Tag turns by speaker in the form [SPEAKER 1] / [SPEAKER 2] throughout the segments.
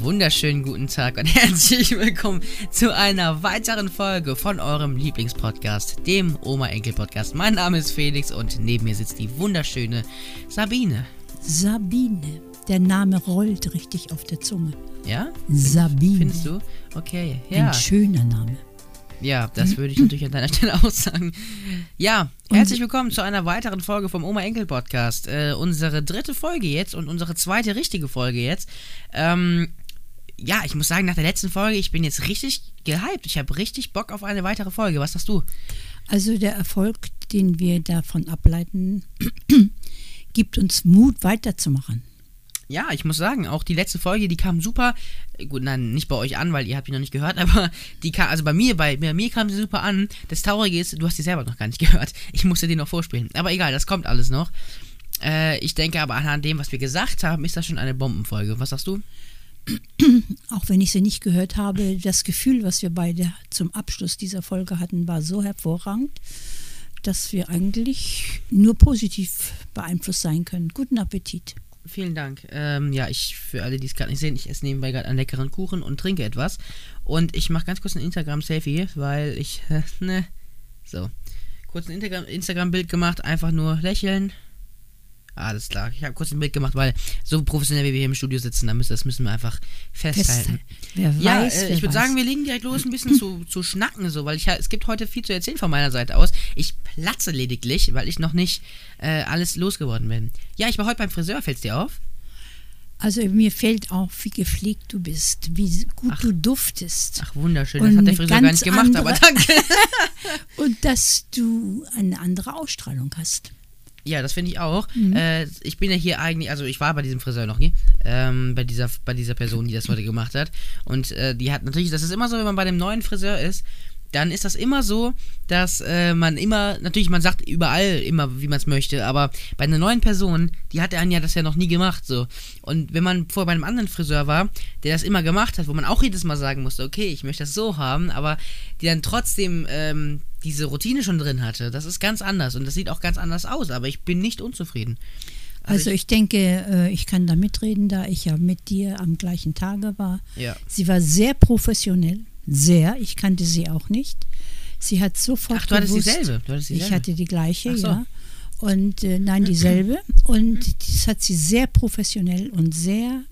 [SPEAKER 1] wunderschönen guten Tag und herzlich willkommen zu einer weiteren Folge von eurem Lieblingspodcast, dem Oma-Enkel-Podcast. Mein Name ist Felix und neben mir sitzt die wunderschöne Sabine.
[SPEAKER 2] Sabine. Der Name rollt richtig auf der Zunge.
[SPEAKER 1] Ja?
[SPEAKER 2] Sabine.
[SPEAKER 1] Findest du? Okay, ja.
[SPEAKER 2] Ein schöner Name.
[SPEAKER 1] Ja, das würde ich natürlich an deiner Stelle auch sagen. Ja, herzlich willkommen zu einer weiteren Folge vom Oma Enkel Podcast. Äh, unsere dritte Folge jetzt und unsere zweite richtige Folge jetzt. Ähm, ja, ich muss sagen, nach der letzten Folge, ich bin jetzt richtig gehypt. Ich habe richtig Bock auf eine weitere Folge. Was hast du?
[SPEAKER 2] Also der Erfolg, den wir davon ableiten, gibt uns Mut weiterzumachen.
[SPEAKER 1] Ja, ich muss sagen, auch die letzte Folge, die kam super. Gut, nein, nicht bei euch an, weil ihr habt die noch nicht gehört, aber die kam, also bei mir, bei, bei mir kam sie super an. Das Traurige ist, du hast die selber noch gar nicht gehört. Ich musste die noch vorspielen. Aber egal, das kommt alles noch. Äh, ich denke aber anhand dem, was wir gesagt haben, ist das schon eine Bombenfolge. Was sagst du?
[SPEAKER 2] Auch wenn ich sie nicht gehört habe, das Gefühl, was wir beide zum Abschluss dieser Folge hatten, war so hervorragend, dass wir eigentlich nur positiv beeinflusst sein können. Guten Appetit.
[SPEAKER 1] Vielen Dank. Ähm, ja, ich, für alle, die es gerade nicht sehen, ich esse nebenbei gerade einen leckeren Kuchen und trinke etwas. Und ich mache ganz kurz ein Instagram-Selfie, weil ich, äh, ne, so. Kurz ein Instagram- Instagram-Bild gemacht, einfach nur lächeln. Alles klar. Ich habe kurz ein Bild gemacht, weil so professionell wie wir hier im Studio sitzen, da müssen, das müssen wir einfach festhalten.
[SPEAKER 2] Festhalten. Wer
[SPEAKER 1] Ja,
[SPEAKER 2] weiß,
[SPEAKER 1] äh,
[SPEAKER 2] wer
[SPEAKER 1] ich würde
[SPEAKER 2] weiß.
[SPEAKER 1] sagen, wir legen direkt los, ein bisschen zu, zu schnacken, so, weil ich, ha- es gibt heute viel zu erzählen von meiner Seite aus. Ich platze lediglich, weil ich noch nicht äh, alles losgeworden bin. Ja, ich war heute beim Friseur, fällt's dir auf?
[SPEAKER 2] Also mir fällt auf, wie gepflegt du bist, wie gut du duftest.
[SPEAKER 1] Ach, wunderschön. das
[SPEAKER 2] Und
[SPEAKER 1] hat der
[SPEAKER 2] eine
[SPEAKER 1] Friseur gar
[SPEAKER 2] ganz
[SPEAKER 1] nicht gemacht, aber
[SPEAKER 2] andere-
[SPEAKER 1] danke.
[SPEAKER 2] Und dass du eine andere Ausstrahlung hast.
[SPEAKER 1] Ja, das finde ich auch.
[SPEAKER 2] Mhm.
[SPEAKER 1] Äh, ich bin ja hier eigentlich, also ich war bei diesem Friseur noch nie, ähm, bei, dieser, bei dieser Person, die das heute gemacht hat. Und äh, die hat natürlich, das ist immer so, wenn man bei dem neuen Friseur ist, dann ist das immer so, dass äh, man immer, natürlich, man sagt überall immer, wie man es möchte, aber bei einer neuen Person, die hat einen ja das ja noch nie gemacht, so. Und wenn man vorher bei einem anderen Friseur war, der das immer gemacht hat, wo man auch jedes Mal sagen musste, okay, ich möchte das so haben, aber die dann trotzdem ähm, diese Routine schon drin hatte, das ist ganz anders und das sieht auch ganz anders aus, aber ich bin nicht unzufrieden.
[SPEAKER 2] Also ich denke, äh, ich kann da mitreden, da ich ja mit dir am gleichen Tage war.
[SPEAKER 1] Ja.
[SPEAKER 2] Sie war sehr professionell, sehr. Ich kannte sie auch nicht. Sie hat sofort
[SPEAKER 1] Ach, du hattest
[SPEAKER 2] gewusst,
[SPEAKER 1] dieselbe, du hattest
[SPEAKER 2] Ich
[SPEAKER 1] dieselbe.
[SPEAKER 2] hatte die gleiche,
[SPEAKER 1] Ach so. Mhm.
[SPEAKER 2] ja. Und äh, nein, dieselbe. Und das hat sie sehr professionell und sehr,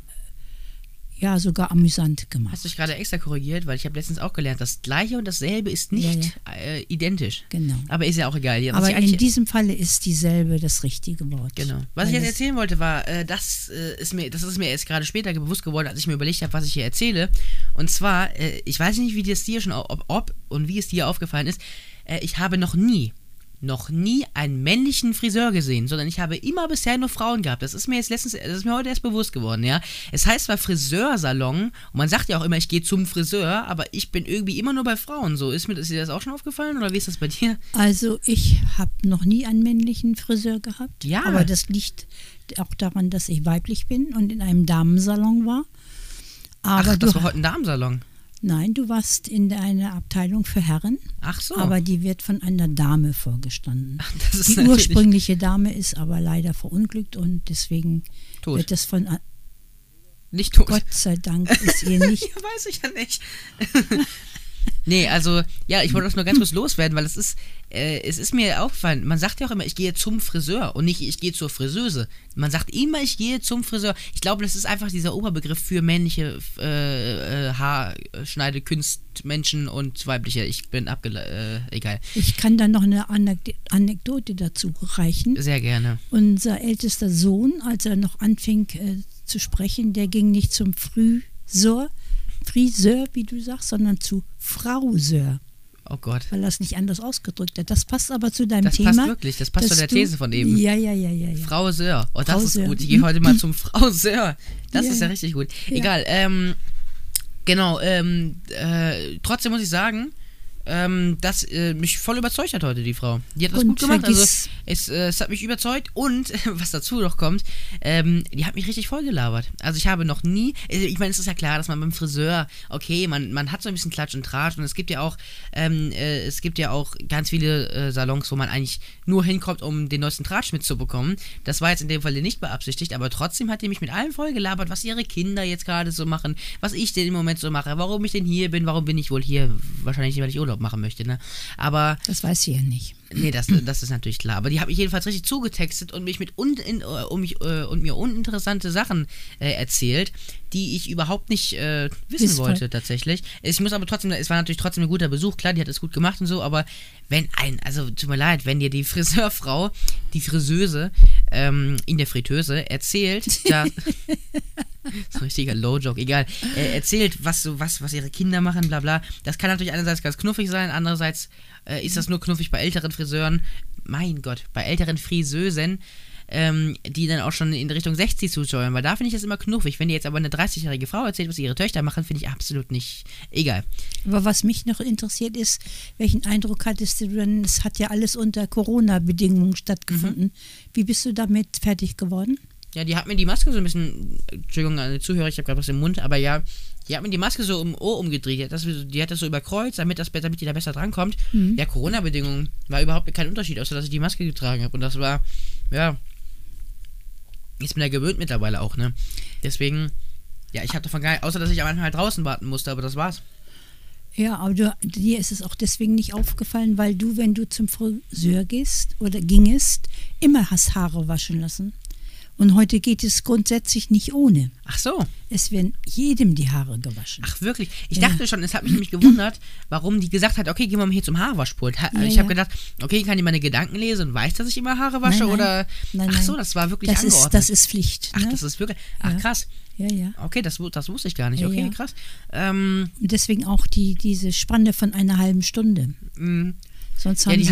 [SPEAKER 2] ja, sogar amüsant gemacht.
[SPEAKER 1] Hast du dich gerade extra korrigiert, weil ich habe letztens auch gelernt, das gleiche und dasselbe ist nicht Äh, identisch.
[SPEAKER 2] Genau.
[SPEAKER 1] Aber ist ja auch egal. Ja, was
[SPEAKER 2] Aber
[SPEAKER 1] ich eigentlich-
[SPEAKER 2] in diesem Falle ist dieselbe das richtige Wort.
[SPEAKER 1] Genau. Was ich
[SPEAKER 2] Weil
[SPEAKER 1] jetzt
[SPEAKER 2] es-
[SPEAKER 1] erzählen wollte, war, äh, das, äh, ist mir, das ist mir erst gerade später bewusst geworden, als ich mir überlegt habe, was ich hier erzähle. Und zwar, äh, ich weiß nicht, wie das dir schon, au- ob, ob und wie es dir aufgefallen ist, äh, ich habe noch nie, noch nie einen männlichen Friseur gesehen, sondern ich habe immer bisher nur Frauen gehabt. Das ist mir jetzt letztens, das ist mir heute erst bewusst geworden, ja. Es heißt zwar Friseursalon und man sagt ja auch immer, ich gehe zum Friseur, aber ich bin irgendwie immer nur bei Frauen. So, ist mir das, ist dir das auch schon aufgefallen oder wie ist das bei dir?
[SPEAKER 2] Also ich habe noch nie einen männlichen Friseur gehabt.
[SPEAKER 1] Ja.
[SPEAKER 2] Aber das liegt auch daran, dass ich weiblich bin und in einem Damensalon war. Aber
[SPEAKER 1] Ach,
[SPEAKER 2] du,
[SPEAKER 1] das war heute ein Damensalon.
[SPEAKER 2] nein, du warst in einer Abteilung für Herren,
[SPEAKER 1] Ach so.
[SPEAKER 2] aber die wird von einer Dame vorgestanden.
[SPEAKER 1] Oh. das ist
[SPEAKER 2] die
[SPEAKER 1] natürlich-
[SPEAKER 2] ursprüngliche Dame ist aber leider verunglückt und deswegen
[SPEAKER 1] Tot.
[SPEAKER 2] wird das von
[SPEAKER 1] nicht tot.
[SPEAKER 2] Gott sei Dank ist ihr nicht
[SPEAKER 1] Ja, weiß ich ja nicht. nee, also, ja, ich wollte das nur ganz kurz loswerden, weil es ist, äh, es ist mir aufgefallen, man sagt ja auch immer, ich gehe zum Friseur und nicht, ich gehe zur Friseuse. Man sagt immer, ich gehe zum Friseur. Ich glaube, das ist einfach dieser Oberbegriff für männliche äh, äh, Haarschneidekünstmenschen und weibliche. Ich bin abgeleitet, äh, egal.
[SPEAKER 2] Ich kann da noch eine Anek- Anekdote dazu reichen.
[SPEAKER 1] Sehr gerne.
[SPEAKER 2] Unser ältester Sohn, als er noch anfing äh, zu sprechen, der ging nicht zum Friseur, Friseur, wie du sagst, sondern zu Frauseur,
[SPEAKER 1] Oh Gott.
[SPEAKER 2] weil er es nicht anders ausgedrückt hat. Das passt aber zu deinem
[SPEAKER 1] Das
[SPEAKER 2] Thema.
[SPEAKER 1] passt wirklich, das passt zu
[SPEAKER 2] dass
[SPEAKER 1] der
[SPEAKER 2] du-
[SPEAKER 1] These von eben.
[SPEAKER 2] Ja, ja, ja, ja. ja.
[SPEAKER 1] Frau Sör. Oh, das
[SPEAKER 2] Frau
[SPEAKER 1] ist
[SPEAKER 2] Sör.
[SPEAKER 1] gut. Ich gehe heute mal zum Frau Sör. Das
[SPEAKER 2] Ja,
[SPEAKER 1] ist ja
[SPEAKER 2] ja.
[SPEAKER 1] richtig gut.
[SPEAKER 2] Ja.
[SPEAKER 1] Egal. Ähm, genau. Ähm, äh, trotzdem muss ich sagen, ähm, das äh, mich voll überzeugt hat heute, die Frau. Die hat das
[SPEAKER 2] Und
[SPEAKER 1] gut gemacht. Also,
[SPEAKER 2] vergiss-
[SPEAKER 1] es, äh, es hat mich überzeugt und was dazu noch kommt, ähm, die hat mich richtig voll gelabert. Also ich habe noch nie, also ich meine, es ist ja klar, dass man beim Friseur, okay, man, man hat so ein bisschen Klatsch und Tratsch und es gibt ja auch, ähm, äh, es gibt ja auch ganz viele äh, Salons, wo man eigentlich nur hinkommt, um den neuesten Tratsch mitzubekommen. Das war jetzt in dem Fall nicht beabsichtigt, aber trotzdem hat die mich mit allem voll gelabert, was ihre Kinder jetzt gerade so machen, was ich denn im Moment so mache, warum ich denn hier bin, warum bin ich wohl hier, wahrscheinlich, weil ich Urlaub machen möchte, ne? Aber
[SPEAKER 2] Das weiß sie ja nicht.
[SPEAKER 1] Nee, das, das ist natürlich klar. Aber die hat mich jedenfalls richtig zugetextet und mich mit un, in, äh, um mich, äh, und mir uninteressante Sachen äh, erzählt, die ich überhaupt nicht äh, wissen
[SPEAKER 2] Ist voll.
[SPEAKER 1] wollte tatsächlich. Ich muss aber trotzdem, es war natürlich trotzdem ein guter Besuch, klar, die hat es gut gemacht und so, aber wenn ein, also tut mir leid, wenn dir die Friseurfrau, die Friseuse, ähm, in der Fritteuse erzählt, dass, so ein richtiger Low-Joke, egal. Äh, erzählt, was, so, was, was ihre Kinder machen, bla bla. Das kann natürlich einerseits ganz knuffig sein, andererseits äh, ist das nur knuffig bei älteren Friseuren. Mein Gott, bei älteren Friseusen, ähm, die dann auch schon in Richtung 60 zusteuern, weil da finde ich das immer knuffig. Wenn dir jetzt aber eine 30-jährige Frau erzählt, was ihre Töchter machen, finde ich absolut nicht. Egal.
[SPEAKER 2] Aber was mich noch interessiert ist, welchen Eindruck hattest du denn? Es hat ja alles unter Corona-Bedingungen stattgefunden.
[SPEAKER 1] Mhm.
[SPEAKER 2] Wie bist du damit fertig geworden?
[SPEAKER 1] Ja, die hat mir die Maske so ein bisschen. Entschuldigung, an die Zuhörer, ich habe gerade was im Mund, aber ja, die hat mir die Maske so im Ohr umgedreht. Die hat das, die hat das so überkreuzt, damit, das, damit die da besser drankommt. Ja, Corona-Bedingungen war überhaupt kein Unterschied, außer dass ich die Maske getragen habe. Und das war, ja. Ist mir da gewöhnt mittlerweile auch, ne? Deswegen, ja, ich habe davon gar außer dass ich am Anfang halt draußen warten musste, aber das war's.
[SPEAKER 2] Ja, aber du, dir ist es auch deswegen nicht aufgefallen, weil du, wenn du zum Friseur gehst oder gingest, immer hast Haare waschen lassen. Und heute geht es grundsätzlich nicht ohne.
[SPEAKER 1] Ach so.
[SPEAKER 2] Es werden jedem die Haare gewaschen.
[SPEAKER 1] Ach wirklich? Ich
[SPEAKER 2] Ja.
[SPEAKER 1] dachte schon, es hat mich nämlich gewundert, warum die gesagt hat, okay, gehen wir mal hier zum Haarwaschpult. Ha
[SPEAKER 2] Ja,
[SPEAKER 1] ich
[SPEAKER 2] ja.
[SPEAKER 1] habe gedacht, okay, kann die meine Gedanken lesen und weiß, dass ich immer Haare wasche
[SPEAKER 2] Nein, nein.
[SPEAKER 1] oder
[SPEAKER 2] Nein,
[SPEAKER 1] Ach so,
[SPEAKER 2] nein.
[SPEAKER 1] das war wirklich
[SPEAKER 2] das ist,
[SPEAKER 1] angeordnet.
[SPEAKER 2] das ist Pflicht.
[SPEAKER 1] Ach,
[SPEAKER 2] ne?
[SPEAKER 1] das ist wirklich Ach
[SPEAKER 2] Ja.
[SPEAKER 1] krass.
[SPEAKER 2] ja, ja.
[SPEAKER 1] Okay, das, wu- das wusste ich gar nicht.
[SPEAKER 2] Ja,
[SPEAKER 1] Okay,
[SPEAKER 2] ja.
[SPEAKER 1] krass. Ähm,
[SPEAKER 2] Und deswegen auch die, diese Spanne von einer halben Stunde.
[SPEAKER 1] mh,
[SPEAKER 2] Sonst
[SPEAKER 1] Mhm. ja,
[SPEAKER 2] haben
[SPEAKER 1] die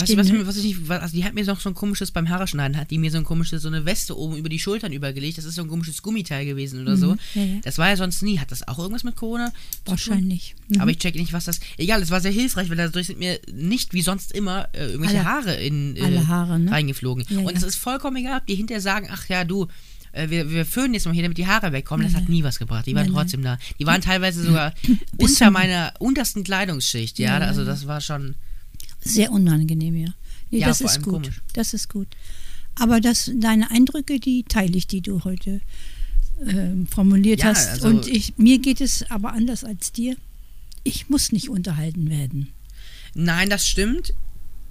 [SPEAKER 1] hat
[SPEAKER 2] sie nicht ne?
[SPEAKER 1] was,
[SPEAKER 2] den,
[SPEAKER 1] was, mir- was ich nicht, was, also die hat mir noch so ein komisches beim Haareschneiden hat die mir so ein komisches so eine Weste oben über die Schultern übergelegt. Das ist so ein komisches Gummiteil gewesen oder so.
[SPEAKER 2] Mhm. ja, ja.
[SPEAKER 1] Das war ja sonst nie. Hat das auch irgendwas mit Corona? zu tun?
[SPEAKER 2] wahrscheinlich. Mhm.
[SPEAKER 1] Aber ich check nicht, was das. Egal, es war sehr hilfreich, weil dadurch sind mir nicht wie sonst immer äh, irgendwelche
[SPEAKER 2] Alle-
[SPEAKER 1] Haare in äh,
[SPEAKER 2] alle Haare, ne?
[SPEAKER 1] reingeflogen.
[SPEAKER 2] Ja,
[SPEAKER 1] und
[SPEAKER 2] ja.
[SPEAKER 1] es ist vollkommen egal, ob die hinterher sagen, ach ja, du, äh, wir, wir föhnen jetzt mal hier, damit die Haare wegkommen. Das hat nie was gebracht. Die waren
[SPEAKER 2] Nein, nein.
[SPEAKER 1] trotzdem da. Die waren teilweise sogar unter meiner untersten Kleidungsschicht, ja. Also das war schon.
[SPEAKER 2] Sehr unangenehm, ja. Nee,
[SPEAKER 1] Ja,
[SPEAKER 2] das
[SPEAKER 1] vor
[SPEAKER 2] ist
[SPEAKER 1] allem
[SPEAKER 2] gut.
[SPEAKER 1] komisch.
[SPEAKER 2] Das ist gut. Aber das, deine Eindrücke, die teile ich, die du heute ähm, formuliert
[SPEAKER 1] Ja,
[SPEAKER 2] hast.
[SPEAKER 1] also-
[SPEAKER 2] Und ich, mir geht es aber anders als dir. Ich muss nicht unterhalten werden.
[SPEAKER 1] Nein, das stimmt.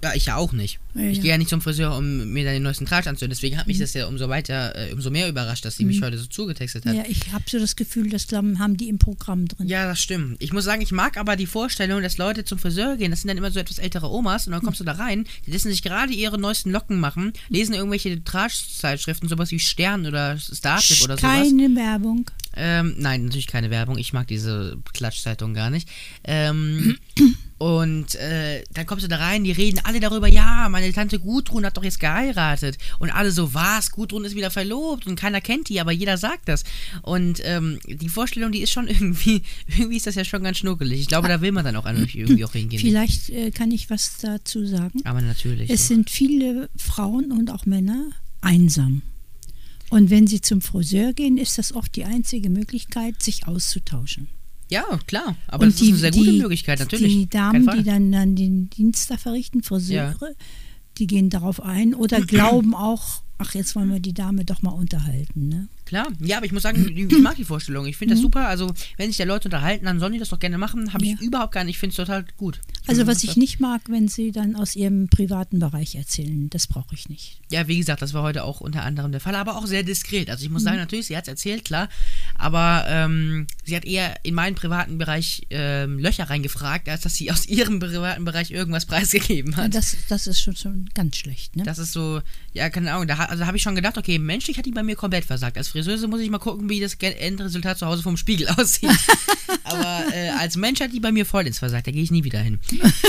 [SPEAKER 1] Ja, ich ja auch nicht.
[SPEAKER 2] Ja,
[SPEAKER 1] ich
[SPEAKER 2] ja. Mhm.
[SPEAKER 1] gehe ja nicht zum Friseur, um mir dann den neuesten Tratsch anzuhören. Deswegen hat mich das ja umso weiter, äh, umso mehr überrascht, dass sie mich heute so zugetextet hat.
[SPEAKER 2] Ja, ich habe so das Gefühl, das glauben, haben die im Programm drin.
[SPEAKER 1] Ja, das stimmt. Ich muss sagen, ich mag aber die Vorstellung, dass Leute zum Friseur gehen. Das sind dann immer so etwas ältere Omas und dann kommst du da rein, die lassen sich gerade ihre neuesten Locken machen, lesen irgendwelche Trash-Zeitschriften, sowas wie Stern oder Starship
[SPEAKER 2] Sch-
[SPEAKER 1] oder sowas.
[SPEAKER 2] Keine Werbung.
[SPEAKER 1] Ähm, nein, natürlich keine Werbung. Ich mag diese Klatschzeitung gar nicht. Ähm, und äh, dann kommst du da rein, die reden alle darüber, ja, meine Tante Gudrun hat doch jetzt geheiratet. Und alle so, was? Gudrun ist wieder verlobt und keiner kennt die, aber jeder sagt das. Und ähm, die Vorstellung, die ist schon irgendwie, irgendwie ist das ja schon ganz schnuckelig. Ich glaube, da will man dann auch eigentlich irgendwie auch hingehen.
[SPEAKER 2] Vielleicht äh, kann ich was dazu sagen.
[SPEAKER 1] Aber natürlich.
[SPEAKER 2] Es sind viele Frauen und auch Männer einsam. Und wenn sie zum Friseur gehen, ist das oft die einzige Möglichkeit, sich auszutauschen.
[SPEAKER 1] ja, klar. Aber
[SPEAKER 2] und
[SPEAKER 1] das ist eine sehr gute Möglichkeit, natürlich.
[SPEAKER 2] Die
[SPEAKER 1] Kein
[SPEAKER 2] Damen,
[SPEAKER 1] Fall.
[SPEAKER 2] die dann, dann den Dienst da verrichten, Friseure, die gehen darauf ein oder glauben auch, ach, jetzt wollen wir die Dame doch mal unterhalten. Ne?
[SPEAKER 1] Klar, ja, aber ich muss sagen, ich mag die Vorstellung. Ich finde das super. Also, wenn sich da Leute unterhalten, dann sollen die das doch gerne machen. Habe ich
[SPEAKER 2] Ja.
[SPEAKER 1] überhaupt gar nicht. Ich finde es total gut.
[SPEAKER 2] Also was ich nicht mag, wenn sie dann aus ihrem privaten Bereich erzählen, das brauche ich nicht.
[SPEAKER 1] Ja, wie gesagt, das war heute auch unter anderem der Fall, aber auch sehr diskret. Also, ich muss sagen, natürlich, sie hat es erzählt, klar. Aber ähm, sie hat eher in meinen privaten Bereich ähm, Löcher reingefragt, als dass sie aus ihrem privaten Bereich irgendwas preisgegeben hat.
[SPEAKER 2] Das, das ist schon, schon ganz schlecht. Ne?
[SPEAKER 1] Das ist so, ja, keine Ahnung. Da ha- also habe ich schon gedacht, okay, menschlich hat die bei mir komplett versagt. Als Friseuse muss ich mal gucken, wie das Ge- Endresultat zu Hause vom Spiegel aussieht. Aber äh, als Mensch hat die bei mir voll ins Versagt. Da gehe ich nie wieder hin.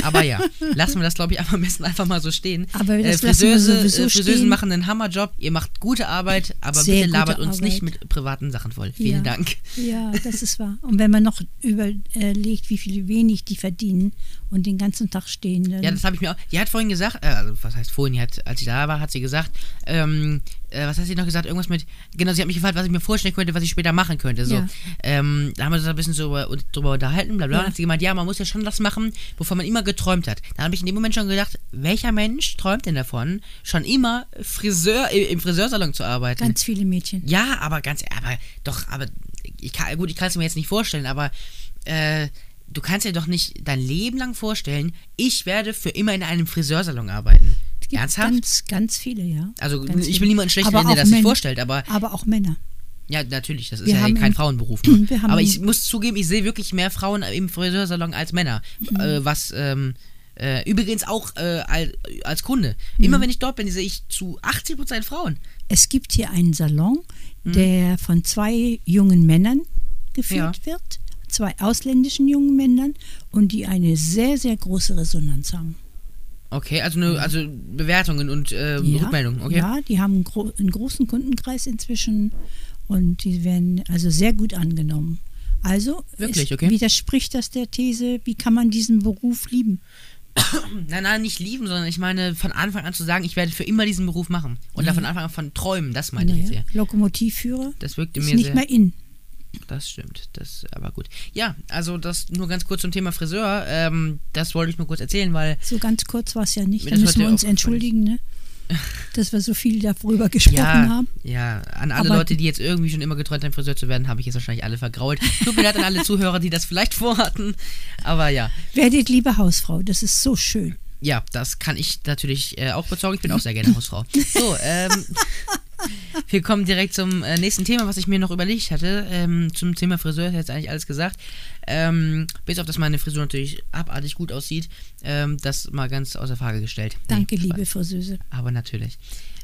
[SPEAKER 1] Aber ja, lassen wir das, glaube ich, am besten einfach mal so stehen.
[SPEAKER 2] Aber das lassen wir
[SPEAKER 1] Friseuse,
[SPEAKER 2] sowieso
[SPEAKER 1] äh, Friseusen
[SPEAKER 2] stehen.
[SPEAKER 1] machen einen Hammerjob. Ihr macht gute Arbeit, aber
[SPEAKER 2] Sehr
[SPEAKER 1] bitte
[SPEAKER 2] gute
[SPEAKER 1] labert uns nicht
[SPEAKER 2] Arbeit.
[SPEAKER 1] mit privaten Sachen voll. Vielen
[SPEAKER 2] ja.
[SPEAKER 1] Dank.
[SPEAKER 2] Ja, das ist wahr. Und wenn man noch überlegt, wie viel wenig die verdienen und den ganzen Tag stehen, dann
[SPEAKER 1] Ja, das habe ich mir auch. Die hat vorhin gesagt, äh, also was heißt vorhin, die hat, als ich da war, hat sie gesagt, ähm, äh, was hat sie noch gesagt? Irgendwas mit, genau, sie hat mich gefragt, was ich mir vorstellen könnte, was ich später machen könnte. So.
[SPEAKER 2] Ja.
[SPEAKER 1] Ähm, da haben wir uns ein bisschen so über, drüber unterhalten, bla bla.
[SPEAKER 2] Ja.
[SPEAKER 1] Und hat sie gemeint, ja, man muss ja schon das machen, wovon man immer geträumt hat. Da habe ich in dem Moment schon gedacht, welcher Mensch träumt denn davon, schon immer Friseur, i- im Friseursalon zu arbeiten?
[SPEAKER 2] ganz viele Mädchen.
[SPEAKER 1] Ja, aber ganz, e-, aber doch, aber ich kann, gut, ich kann es mir jetzt nicht vorstellen, aber äh, du kannst dir doch nicht dein Leben lang vorstellen, ich werde für immer in einem Friseursalon arbeiten.
[SPEAKER 2] Es gibt
[SPEAKER 1] Ernsthaft?
[SPEAKER 2] Ganz, ganz viele, ja.
[SPEAKER 1] Also,
[SPEAKER 2] ganz
[SPEAKER 1] ich
[SPEAKER 2] viele.
[SPEAKER 1] will niemanden schlecht reden, der
[SPEAKER 2] auch
[SPEAKER 1] das sich
[SPEAKER 2] Männer.
[SPEAKER 1] vorstellt, aber-
[SPEAKER 2] Aber auch Männer.
[SPEAKER 1] ja, natürlich, das ist
[SPEAKER 2] Wir
[SPEAKER 1] ja
[SPEAKER 2] haben
[SPEAKER 1] kein
[SPEAKER 2] im-
[SPEAKER 1] Frauenberuf. ne?
[SPEAKER 2] Wir haben
[SPEAKER 1] aber ich
[SPEAKER 2] im-
[SPEAKER 1] muss zugeben, ich sehe wirklich mehr Frauen im Friseursalon als Männer.
[SPEAKER 2] Mhm.
[SPEAKER 1] Äh, was ähm, äh, übrigens auch äh, als, als Kunde.
[SPEAKER 2] Mhm.
[SPEAKER 1] Immer wenn ich dort bin, sehe ich zu 80% Frauen.
[SPEAKER 2] Es gibt hier einen Salon,
[SPEAKER 1] Mhm.
[SPEAKER 2] der von zwei jungen Männern geführt
[SPEAKER 1] Ja.
[SPEAKER 2] wird, zwei ausländischen jungen Männern und die eine sehr, sehr große Resonanz haben.
[SPEAKER 1] Okay, also, ne, also Bewertungen und äh, Rückmeldungen. Okay.
[SPEAKER 2] ja die haben einen, gro einen großen Kundenkreis inzwischen und die werden also sehr gut angenommen. Also
[SPEAKER 1] Wirklich,
[SPEAKER 2] es
[SPEAKER 1] okay.
[SPEAKER 2] widerspricht das der These, wie kann man diesen Beruf lieben?
[SPEAKER 1] Nein, nein, nicht lieben, sondern ich meine, von Anfang an zu sagen, ich werde für immer diesen Beruf machen. Und davon Anfang an von träumen, das meine ich jetzt
[SPEAKER 2] Mhm. Naja,
[SPEAKER 1] eher.
[SPEAKER 2] Lokomotivführer
[SPEAKER 1] Das wirkte
[SPEAKER 2] ist
[SPEAKER 1] mir
[SPEAKER 2] nicht
[SPEAKER 1] sehr.
[SPEAKER 2] mehr in.
[SPEAKER 1] Das stimmt, das aber gut. Ja, also das nur ganz kurz zum Thema Friseur. Ähm, das wollte ich nur kurz erzählen, weil
[SPEAKER 2] So ganz kurz war es ja nicht.
[SPEAKER 1] Mir
[SPEAKER 2] Da
[SPEAKER 1] das
[SPEAKER 2] müssen
[SPEAKER 1] heute
[SPEAKER 2] wir uns
[SPEAKER 1] aufgefallen ist.
[SPEAKER 2] entschuldigen, ne? dass wir so viel darüber gesprochen
[SPEAKER 1] ja,
[SPEAKER 2] haben.
[SPEAKER 1] ja, an alle
[SPEAKER 2] Aber-
[SPEAKER 1] Leute, die jetzt irgendwie schon immer geträumt haben, Friseur zu werden, habe ich jetzt wahrscheinlich alle vergrault. Tut mir leid an alle Zuhörer, die das vielleicht vorhatten. Aber ja,
[SPEAKER 2] Werdet liebe Hausfrau, das ist so schön.
[SPEAKER 1] ja, das kann ich natürlich äh, auch bezeugen. Ich bin auch sehr gerne Hausfrau. So, ähm, wir kommen direkt zum äh, nächsten Thema, was ich mir noch überlegt hatte. Ähm, zum Thema Friseur ist jetzt eigentlich alles gesagt. Ähm, bis auf, dass meine Frisur natürlich abartig gut aussieht. Ähm, das mal ganz außer Frage gestellt. Nee,
[SPEAKER 2] Danke,
[SPEAKER 1] Spaß.
[SPEAKER 2] liebe Friseuse.
[SPEAKER 1] Aber natürlich.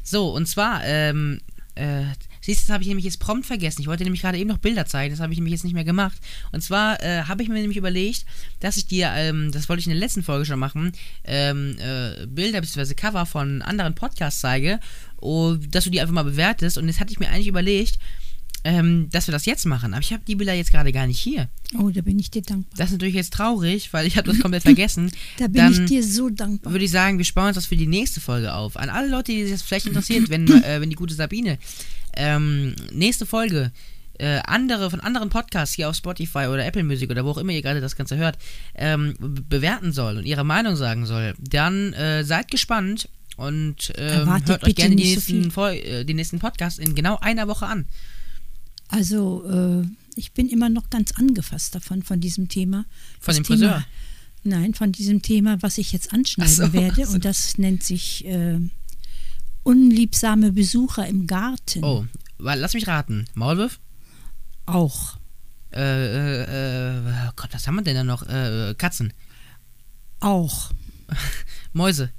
[SPEAKER 1] So, und zwar, ähm, äh, siehst du, das habe ich nämlich jetzt prompt vergessen. Ich wollte nämlich gerade eben noch Bilder zeigen, das habe ich nämlich jetzt nicht mehr gemacht. Und zwar äh, habe ich mir nämlich überlegt, dass ich dir, ähm, das wollte ich in der letzten Folge schon machen, ähm, äh, Bilder bzw. Cover von anderen Podcasts zeige, oh, dass du die einfach mal bewertest. Und jetzt hatte ich mir eigentlich überlegt, ähm, dass wir das jetzt machen. Aber ich habe die Bilder jetzt gerade gar nicht hier.
[SPEAKER 2] Oh, da bin ich dir dankbar.
[SPEAKER 1] Das ist natürlich jetzt traurig, weil ich habe das komplett vergessen.
[SPEAKER 2] Da bin
[SPEAKER 1] Dann-
[SPEAKER 2] ich dir so dankbar.
[SPEAKER 1] würde ich sagen, wir sparen uns das für die nächste Folge auf. An alle Leute, die sich das vielleicht interessiert, wenn, äh, wenn die gute Sabine ähm, nächste Folge äh, andere von anderen Podcasts hier auf Spotify oder Apple Music oder wo auch immer ihr gerade das Ganze hört, ähm, be- bewerten soll und ihre Meinung sagen soll, dann äh, seid gespannt und ähm,
[SPEAKER 2] Erwartet
[SPEAKER 1] hört euch
[SPEAKER 2] bitte
[SPEAKER 1] gerne die
[SPEAKER 2] nicht so
[SPEAKER 1] nächsten,
[SPEAKER 2] viel.
[SPEAKER 1] Fol- äh, die nächsten Podcasts in genau einer Woche an.
[SPEAKER 2] Also, äh, ich bin immer noch ganz angefasst davon, von diesem Thema.
[SPEAKER 1] Von
[SPEAKER 2] Das
[SPEAKER 1] dem
[SPEAKER 2] Thema,
[SPEAKER 1] Friseur?
[SPEAKER 2] Nein, von diesem Thema, was ich jetzt anschneiden
[SPEAKER 1] Ach so,
[SPEAKER 2] werde.
[SPEAKER 1] ach so.
[SPEAKER 2] Und das nennt sich äh, unliebsame Besucher im Garten.
[SPEAKER 1] Oh, wa- lass mich raten. Maulwurf?
[SPEAKER 2] Auch.
[SPEAKER 1] Äh, äh, äh, oh Gott, was haben wir denn da noch? Äh, Katzen.
[SPEAKER 2] Auch.
[SPEAKER 1] Mäuse.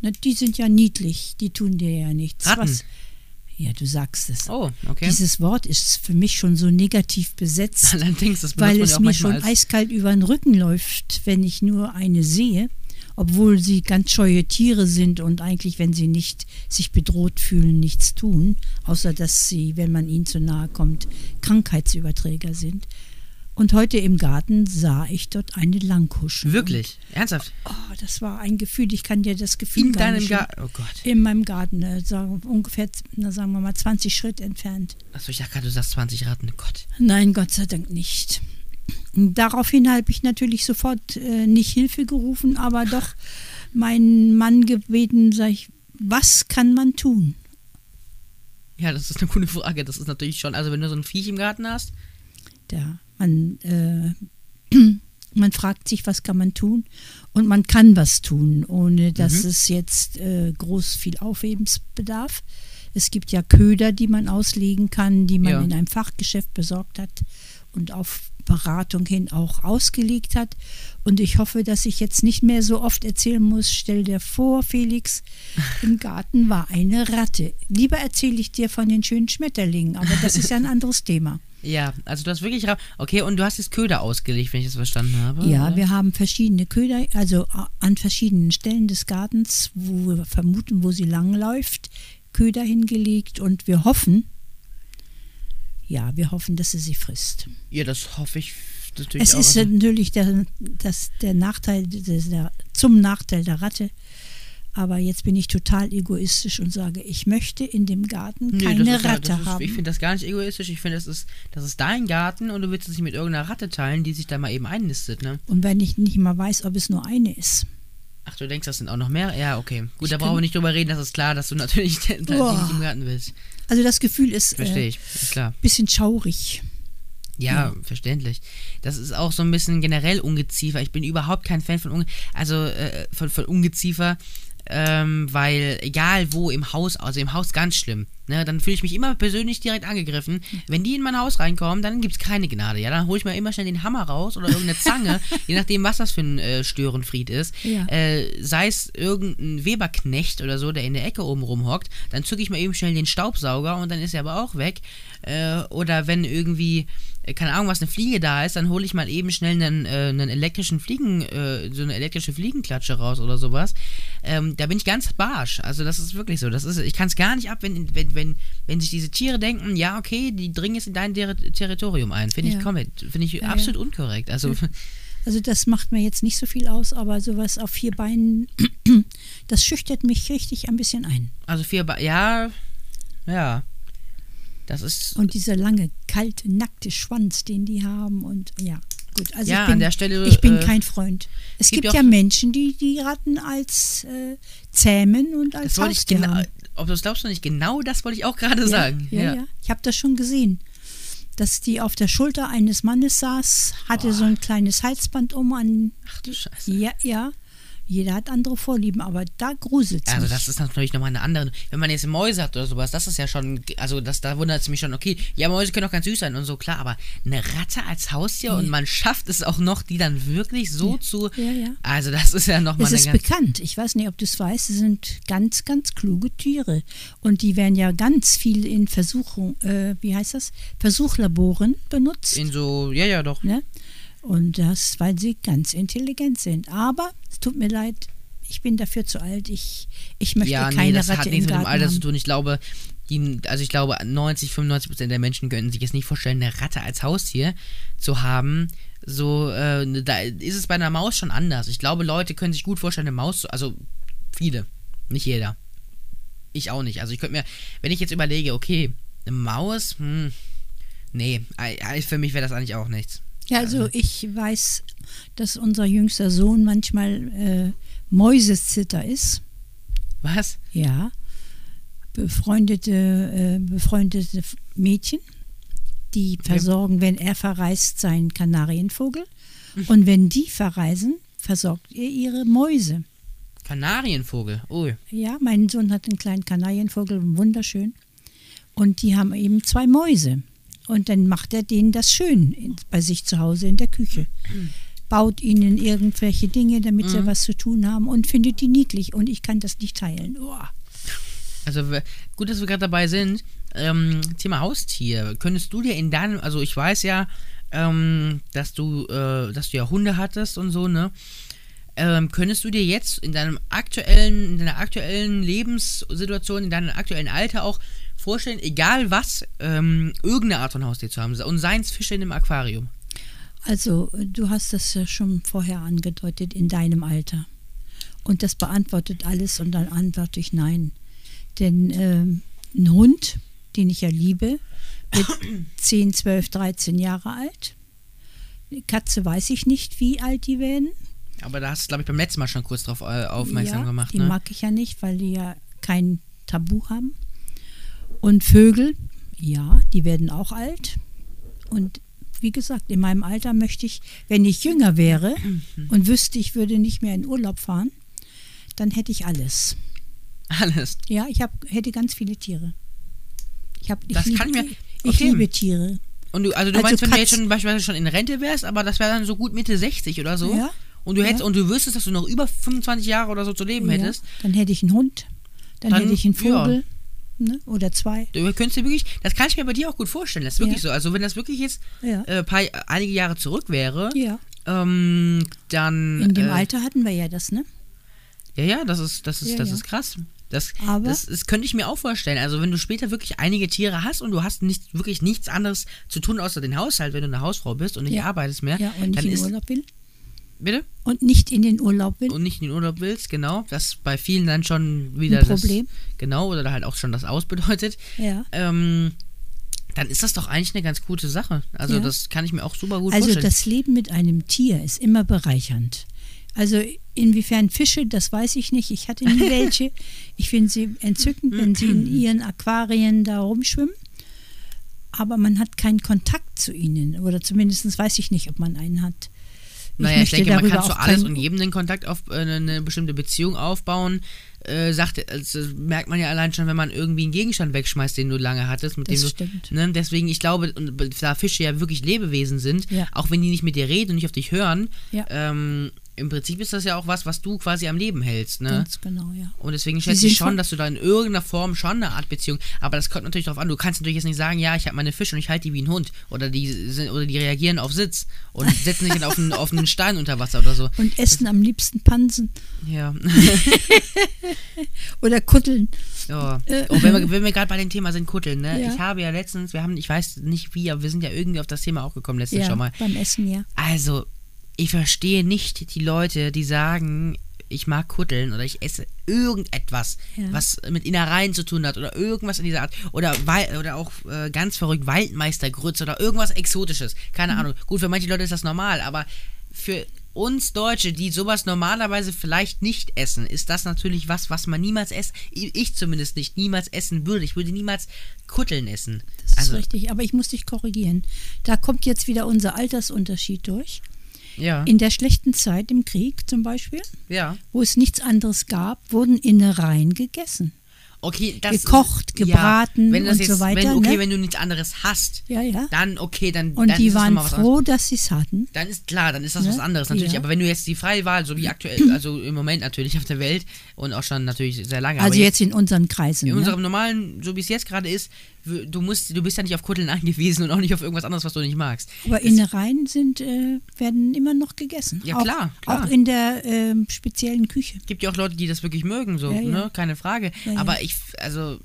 [SPEAKER 2] Na, Ne, die sind ja niedlich, die tun dir ja nichts.
[SPEAKER 1] Ratten.
[SPEAKER 2] Ja, du sagst es.
[SPEAKER 1] Oh, okay.
[SPEAKER 2] Dieses Wort ist für mich schon so negativ besetzt.
[SPEAKER 1] Allerdings, das benutzt
[SPEAKER 2] weil
[SPEAKER 1] man
[SPEAKER 2] es
[SPEAKER 1] ja auch
[SPEAKER 2] mir
[SPEAKER 1] manchmal
[SPEAKER 2] schon
[SPEAKER 1] als...
[SPEAKER 2] eiskalt über den Rücken läuft, wenn ich nur eine sehe, obwohl sie ganz scheue Tiere sind und eigentlich, wenn sie nicht sich bedroht fühlen, nichts tun, außer dass sie, wenn man ihnen zu nahe kommt, Krankheitsüberträger sind. Und heute im Garten sah ich dort eine Langkuschel.
[SPEAKER 1] Wirklich? Ernsthaft?
[SPEAKER 2] Und, oh, das war ein Gefühl. Ich kann dir das Gefühl
[SPEAKER 1] In
[SPEAKER 2] gar
[SPEAKER 1] deinem
[SPEAKER 2] nicht schildern.
[SPEAKER 1] Garten? Oh Gott.
[SPEAKER 2] In meinem Garten, äh, sagen, ungefähr, na, sagen wir mal, 20 Schritt entfernt.
[SPEAKER 1] Achso, ich dachte gerade, du sagst 20 Ratten. Oh Gott.
[SPEAKER 2] Nein, Gott sei Dank nicht. Daraufhin habe ich natürlich sofort äh, nicht Hilfe gerufen, aber doch meinen Mann gebeten, sag ich, was kann man tun?
[SPEAKER 1] Ja, das ist eine gute Frage. Das ist natürlich schon... Also, wenn du so ein Viech im Garten hast...
[SPEAKER 2] Da, man, äh, man fragt sich, was kann man tun? Und man kann was tun, ohne dass es jetzt äh, groß viel Aufhebens bedarf. Es gibt ja Köder, die man auslegen kann, die man
[SPEAKER 1] Ja.
[SPEAKER 2] in einem Fachgeschäft besorgt hat und auf Beratung hin auch ausgelegt hat. Und ich hoffe, dass ich jetzt nicht mehr so oft erzählen muss, stell dir vor, Felix, im Garten war eine Ratte. Lieber erzähle ich dir von den schönen Schmetterlingen, aber das ist ja ein anderes Thema.
[SPEAKER 1] Ja, also du hast wirklich. ra- Okay, und du hast jetzt Köder ausgelegt, wenn ich das verstanden habe.
[SPEAKER 2] Ja,
[SPEAKER 1] oder?
[SPEAKER 2] wir haben verschiedene Köder, also a- an verschiedenen Stellen des Gartens, wo wir vermuten, wo sie langläuft, Köder hingelegt und wir hoffen, ja, wir hoffen, dass sie sie frisst.
[SPEAKER 1] ja, das hoffe ich natürlich
[SPEAKER 2] Es
[SPEAKER 1] auch.
[SPEAKER 2] ist
[SPEAKER 1] also,
[SPEAKER 2] natürlich der, das, der Nachteil, des- der, zum Nachteil der Ratte. Aber jetzt bin ich total egoistisch und sage, ich möchte in dem Garten
[SPEAKER 1] Nee, das
[SPEAKER 2] keine
[SPEAKER 1] ist ja-
[SPEAKER 2] Ratte
[SPEAKER 1] das ist,
[SPEAKER 2] haben.
[SPEAKER 1] Ich finde das gar nicht egoistisch. Ich finde, das ist, das ist dein Garten und du willst es nicht mit irgendeiner Ratte teilen, die sich da mal eben einnistet, ne?
[SPEAKER 2] und wenn ich nicht mal weiß, ob es nur eine ist.
[SPEAKER 1] Ach, du denkst, das sind auch noch mehr? Ja, okay. Gut,
[SPEAKER 2] Ich
[SPEAKER 1] da
[SPEAKER 2] kann-
[SPEAKER 1] brauchen wir nicht drüber reden, das ist klar, dass du natürlich den Teil
[SPEAKER 2] Boah.
[SPEAKER 1] nicht im Garten willst.
[SPEAKER 2] Also das Gefühl ist ein
[SPEAKER 1] Verstehe
[SPEAKER 2] äh,
[SPEAKER 1] ich, ist klar.
[SPEAKER 2] bisschen schaurig.
[SPEAKER 1] Ja, verständlich. Das ist auch so ein bisschen generell Ungeziefer. Ich bin überhaupt kein Fan von, Unge also, äh, von, von Ungeziefer, ähm, weil egal wo im Haus, also im Haus ganz schlimm, ne, dann fühle ich mich immer persönlich direkt angegriffen. Wenn die in mein Haus reinkommen, dann gibt es keine Gnade. Ja, dann hole ich mir immer schnell den Hammer raus oder irgendeine Zange, je nachdem, was das für ein äh, Störenfried ist.
[SPEAKER 2] Ja.
[SPEAKER 1] Äh, sei es irgendein Weberknecht oder so, der in der Ecke oben rumhockt, dann zücke ich mal eben schnell den Staubsauger und dann ist er aber auch weg. Äh, oder wenn irgendwie, äh, keine Ahnung, was eine Fliege da ist, dann hole ich mal eben schnell einen, äh, einen elektrischen Fliegen, äh, so eine elektrische Fliegenklatsche raus oder sowas. Ähm, da bin ich ganz barsch. Also das ist wirklich so. Das ist, ich kann es gar nicht ab, wenn, wenn, wenn, wenn sich diese Tiere denken, ja, okay, die dringen jetzt in dein Ter Territorium ein. Finde
[SPEAKER 2] Ja.
[SPEAKER 1] ich komplett, finde ich
[SPEAKER 2] ja.
[SPEAKER 1] absolut unkorrekt. Also
[SPEAKER 2] Also das macht mir jetzt nicht so viel aus, aber sowas auf vier Beinen, das schüchtert mich richtig ein bisschen ein.
[SPEAKER 1] Also vier ba ja, ja. Das ist
[SPEAKER 2] Und dieser lange, kalte, nackte Schwanz, den die haben und ja. Gut, also
[SPEAKER 1] Ja,
[SPEAKER 2] ich bin,
[SPEAKER 1] an der Stelle,
[SPEAKER 2] ich bin
[SPEAKER 1] äh,
[SPEAKER 2] kein Freund. Es
[SPEAKER 1] gibt
[SPEAKER 2] gibt,
[SPEAKER 1] ja
[SPEAKER 2] ja
[SPEAKER 1] auch-
[SPEAKER 2] Menschen, die die Ratten als äh, zähmen und als
[SPEAKER 1] das wollte ich
[SPEAKER 2] Haustier
[SPEAKER 1] genau,
[SPEAKER 2] haben.
[SPEAKER 1] ob du es glaubst oder nicht, genau das wollte ich auch gerade sagen.
[SPEAKER 2] Ja, ja. Ich habe das schon gesehen, dass die auf der Schulter eines Mannes saß, hatte so ein kleines Halsband um an.
[SPEAKER 1] Ach du Scheiße.
[SPEAKER 2] Ja, ja. Jeder hat andere Vorlieben, aber da gruselt es
[SPEAKER 1] Also das ist natürlich nochmal eine andere. Wenn man jetzt Mäuse hat oder sowas, das ist ja schon, also das, da wundert es mich schon, okay, ja, Mäuse können auch ganz süß sein und so, klar, aber eine Ratte als Haustier und man schafft es auch noch, die dann wirklich so zu.
[SPEAKER 2] Ja, ja.
[SPEAKER 1] Also das ist ja nochmal
[SPEAKER 2] Es
[SPEAKER 1] eine
[SPEAKER 2] ist
[SPEAKER 1] ganz.
[SPEAKER 2] bekannt. Ich weiß nicht, ob du es weißt. Es sind ganz, ganz kluge Tiere. Und die werden ja ganz viel in Versuchung, äh, wie heißt das? Versuchlaboren benutzt.
[SPEAKER 1] In so, ja, ja, doch.
[SPEAKER 2] ne? Und das, weil sie ganz intelligent sind. Aber es tut mir leid, ich bin dafür zu alt. Ich, ich möchte
[SPEAKER 1] Ja,
[SPEAKER 2] keine
[SPEAKER 1] nee, das
[SPEAKER 2] Ratte
[SPEAKER 1] hat
[SPEAKER 2] im
[SPEAKER 1] nichts mit
[SPEAKER 2] Garten
[SPEAKER 1] dem Alter zu
[SPEAKER 2] haben.
[SPEAKER 1] tun. Ich glaube, die, also ich glaube, 90, 95 Prozent der Menschen könnten sich jetzt nicht vorstellen, eine Ratte als Haustier zu haben. So, äh, ne, da ist es bei einer Maus schon anders. Ich glaube, Leute können sich gut vorstellen, eine Maus zu, also viele, nicht jeder. Ich auch nicht. Also ich könnte mir, wenn ich jetzt überlege, okay, eine Maus, hm, nee, ei- ei, für mich wäre das eigentlich auch nichts.
[SPEAKER 2] Ja, also ich weiß, dass unser jüngster Sohn manchmal äh, Mäusezitter ist.
[SPEAKER 1] Was?
[SPEAKER 2] Ja. Befreundete, äh, befreundete F- Mädchen, die versorgen, wenn er verreist, seinen Kanarienvogel. Und wenn die verreisen, versorgt er ihre Mäuse.
[SPEAKER 1] Kanarienvogel. Ui.
[SPEAKER 2] Ja, mein Sohn hat einen kleinen Kanarienvogel, wunderschön. Und die haben eben zwei Mäuse. Und dann macht er denen das schön in, bei sich zu Hause in der Küche. Baut ihnen irgendwelche Dinge, damit sie was zu tun haben und findet die niedlich. Und ich kann das nicht teilen. Uah.
[SPEAKER 1] Also w- gut, dass wir gerade dabei sind. Ähm, Thema Haustier. Könntest du dir in deinem, also ich weiß ja, ähm, dass du, äh, dass du ja Hunde hattest und so, ne? Ähm, könntest du dir jetzt in deinem aktuellen, in deiner aktuellen Lebenssituation, in deinem aktuellen Alter auch vorstellen, egal was, ähm, irgendeine Art von Haustier zu haben? Und seien es Fische in einem Aquarium.
[SPEAKER 2] Also, du hast das ja schon vorher angedeutet in deinem Alter. Und das beantwortet alles und dann antworte ich nein. Denn ähm, ein Hund, den ich ja liebe, wird 10, 12, 13 Jahre alt. Eine Katze weiß ich nicht, wie alt die werden.
[SPEAKER 1] Aber da hast du, glaube ich, beim letzten Mal schon kurz drauf äh, aufmerksam
[SPEAKER 2] ja,
[SPEAKER 1] gemacht,
[SPEAKER 2] die
[SPEAKER 1] ne?
[SPEAKER 2] mag ich ja nicht, weil die ja kein Tabu haben. Und Vögel, ja, die werden auch alt. Und wie gesagt, in meinem Alter möchte ich, wenn ich jünger wäre
[SPEAKER 1] Mhm.
[SPEAKER 2] und wüsste, ich würde nicht mehr in Urlaub fahren, dann hätte ich alles.
[SPEAKER 1] Alles.
[SPEAKER 2] Ja, ich hab, hätte ganz viele Tiere. Ich, hab, ich,
[SPEAKER 1] Das
[SPEAKER 2] liebe,
[SPEAKER 1] kann ich mir-
[SPEAKER 2] ich
[SPEAKER 1] okay.
[SPEAKER 2] liebe Tiere.
[SPEAKER 1] Und du, also du
[SPEAKER 2] Also
[SPEAKER 1] meinst, wenn du
[SPEAKER 2] Katz-
[SPEAKER 1] jetzt schon beispielsweise schon in Rente wärst, aber das wäre dann so gut Mitte 60 oder so.
[SPEAKER 2] Ja.
[SPEAKER 1] Und du hättest,
[SPEAKER 2] Ja.
[SPEAKER 1] und du wüsstest, dass du noch über 25 Jahre oder so zu leben hättest.
[SPEAKER 2] Ja, dann hätte ich einen Hund, dann,
[SPEAKER 1] Dann-
[SPEAKER 2] hätte ich einen
[SPEAKER 1] ja.
[SPEAKER 2] Vogel ne? oder zwei.
[SPEAKER 1] Du könntest dir wirklich, das kann ich mir bei dir auch gut vorstellen, das ist wirklich
[SPEAKER 2] Ja.
[SPEAKER 1] so. Also wenn das wirklich jetzt
[SPEAKER 2] Ja.
[SPEAKER 1] äh, paar, einige Jahre zurück wäre,
[SPEAKER 2] Ja.
[SPEAKER 1] ähm, dann.
[SPEAKER 2] In dem
[SPEAKER 1] äh,
[SPEAKER 2] Alter hatten wir ja das, ne?
[SPEAKER 1] Ja, ja, das ist, das ist,
[SPEAKER 2] Ja,
[SPEAKER 1] das
[SPEAKER 2] ja.
[SPEAKER 1] ist krass. Das,
[SPEAKER 2] Aber-
[SPEAKER 1] das, das könnte ich mir auch vorstellen. Also wenn du später wirklich einige Tiere hast und du hast nicht, wirklich nichts anderes zu tun außer den Haushalt, wenn du eine Hausfrau bist und nicht
[SPEAKER 2] Ja.
[SPEAKER 1] arbeitest mehr,
[SPEAKER 2] Ja, und nicht
[SPEAKER 1] ne? dann
[SPEAKER 2] in
[SPEAKER 1] ist
[SPEAKER 2] Urlaub will.
[SPEAKER 1] bitte
[SPEAKER 2] Und nicht in den Urlaub will.
[SPEAKER 1] und nicht in den Urlaub willst, genau, das bei vielen dann schon wieder
[SPEAKER 2] Ein Problem.
[SPEAKER 1] das genau oder halt auch schon das aus bedeutet.
[SPEAKER 2] Ja.
[SPEAKER 1] Ähm, dann ist das doch eigentlich eine ganz gute Sache. Also
[SPEAKER 2] Ja.
[SPEAKER 1] das kann ich mir auch super gut
[SPEAKER 2] Also
[SPEAKER 1] vorstellen.
[SPEAKER 2] das Leben mit einem Tier ist immer bereichernd. Also inwiefern Fische, das weiß ich nicht. Ich hatte nie welche. Ich finde sie entzückend, wenn sie in ihren Aquarien da rumschwimmen. Aber man hat keinen Kontakt zu ihnen. Oder zumindest weiß ich nicht, ob man einen hat.
[SPEAKER 1] Naja, ich
[SPEAKER 2] möchte
[SPEAKER 1] denke, man
[SPEAKER 2] darüber
[SPEAKER 1] kann zu
[SPEAKER 2] auch
[SPEAKER 1] alles
[SPEAKER 2] kein-
[SPEAKER 1] und jedem den Kontakt auf äh, eine, eine bestimmte Beziehung aufbauen. Äh, sagt, also, das merkt man ja allein schon, wenn man irgendwie einen Gegenstand wegschmeißt, den du lange hattest. Mit
[SPEAKER 2] Das
[SPEAKER 1] dem du,
[SPEAKER 2] stimmt.
[SPEAKER 1] Ne? Deswegen, ich glaube, und da Fische ja wirklich Lebewesen sind,
[SPEAKER 2] Ja.
[SPEAKER 1] auch wenn die nicht mit dir reden und nicht auf dich hören,
[SPEAKER 2] Ja.
[SPEAKER 1] ähm, im Prinzip ist das ja auch was, was du quasi am Leben hältst. Ne?
[SPEAKER 2] Ganz genau, ja.
[SPEAKER 1] Und deswegen
[SPEAKER 2] Sie
[SPEAKER 1] schätze ich
[SPEAKER 2] sind
[SPEAKER 1] schon,
[SPEAKER 2] von-
[SPEAKER 1] dass du da in irgendeiner Form schon eine Art Beziehung. Aber das kommt natürlich darauf an. Du kannst natürlich jetzt nicht sagen, ja, ich habe meine Fische und ich halte die wie ein Hund. Oder die sind, oder die reagieren auf Sitz und setzen sich dann auf einen, auf einen Stein unter Wasser oder so.
[SPEAKER 2] Und essen am liebsten Pansen
[SPEAKER 1] Ja.
[SPEAKER 2] oder Kutteln.
[SPEAKER 1] ja. Und wenn wir, wenn wir gerade bei dem Thema sind, Kutteln, ne?
[SPEAKER 2] Äh. Ja.
[SPEAKER 1] Ich habe ja letztens, wir haben, ich weiß nicht wie, aber wir sind ja irgendwie auf das Thema auch gekommen letztens
[SPEAKER 2] Ja,
[SPEAKER 1] schon mal.
[SPEAKER 2] beim Essen, ja.
[SPEAKER 1] Also, ich verstehe nicht die Leute, die sagen, ich mag Kutteln oder ich esse irgendetwas,
[SPEAKER 2] Ja.
[SPEAKER 1] was mit Innereien zu tun hat oder irgendwas in dieser Art. Oder, Wal- oder auch äh, ganz verrückt Waldmeistergrütze oder irgendwas Exotisches.
[SPEAKER 2] Mhm.
[SPEAKER 1] Keine Ahnung. Gut, für manche Leute ist das normal, aber für uns Deutsche, die sowas normalerweise vielleicht nicht essen, ist das natürlich was, was man niemals essen, ich zumindest nicht, niemals essen würde. Ich würde niemals Kutteln essen.
[SPEAKER 2] Das
[SPEAKER 1] also,
[SPEAKER 2] ist richtig, aber ich muss dich korrigieren. Da kommt jetzt wieder unser Altersunterschied durch.
[SPEAKER 1] ja,
[SPEAKER 2] In der schlechten Zeit im Krieg zum Beispiel,
[SPEAKER 1] ja.
[SPEAKER 2] wo es nichts anderes gab, wurden Innereien gegessen.
[SPEAKER 1] Okay, das
[SPEAKER 2] Gekocht,
[SPEAKER 1] ja,
[SPEAKER 2] gebraten
[SPEAKER 1] wenn das
[SPEAKER 2] und
[SPEAKER 1] jetzt,
[SPEAKER 2] so weiter,
[SPEAKER 1] Wenn, okay,
[SPEAKER 2] ne?
[SPEAKER 1] wenn du nichts anderes hast,
[SPEAKER 2] Ja, ja.
[SPEAKER 1] dann okay, dann
[SPEAKER 2] Und
[SPEAKER 1] dann ist
[SPEAKER 2] die
[SPEAKER 1] das
[SPEAKER 2] waren
[SPEAKER 1] nochmal was anderes.
[SPEAKER 2] froh, dass sie es hatten.
[SPEAKER 1] Dann ist klar, dann ist das
[SPEAKER 2] Ne?
[SPEAKER 1] was anderes natürlich.
[SPEAKER 2] Ja.
[SPEAKER 1] Aber wenn du jetzt die freie Wahl, so wie aktuell, also im Moment natürlich auf der Welt und auch schon natürlich sehr lange, aber
[SPEAKER 2] also jetzt in unseren Kreisen.
[SPEAKER 1] in
[SPEAKER 2] ne?
[SPEAKER 1] unserem normalen, so wie es jetzt gerade ist, w- du musst, du bist ja nicht auf Kutteln angewiesen und auch nicht auf irgendwas anderes, was du nicht magst.
[SPEAKER 2] aber Innereien sind, äh, werden immer noch gegessen.
[SPEAKER 1] Ja,
[SPEAKER 2] auch,
[SPEAKER 1] klar, klar.
[SPEAKER 2] Auch in der ähm, speziellen Küche.
[SPEAKER 1] Gibt ja auch Leute, die das wirklich mögen, so,
[SPEAKER 2] Ja, ja.
[SPEAKER 1] ne? Keine Frage.
[SPEAKER 2] Ja, ja.
[SPEAKER 1] Aber ich, also,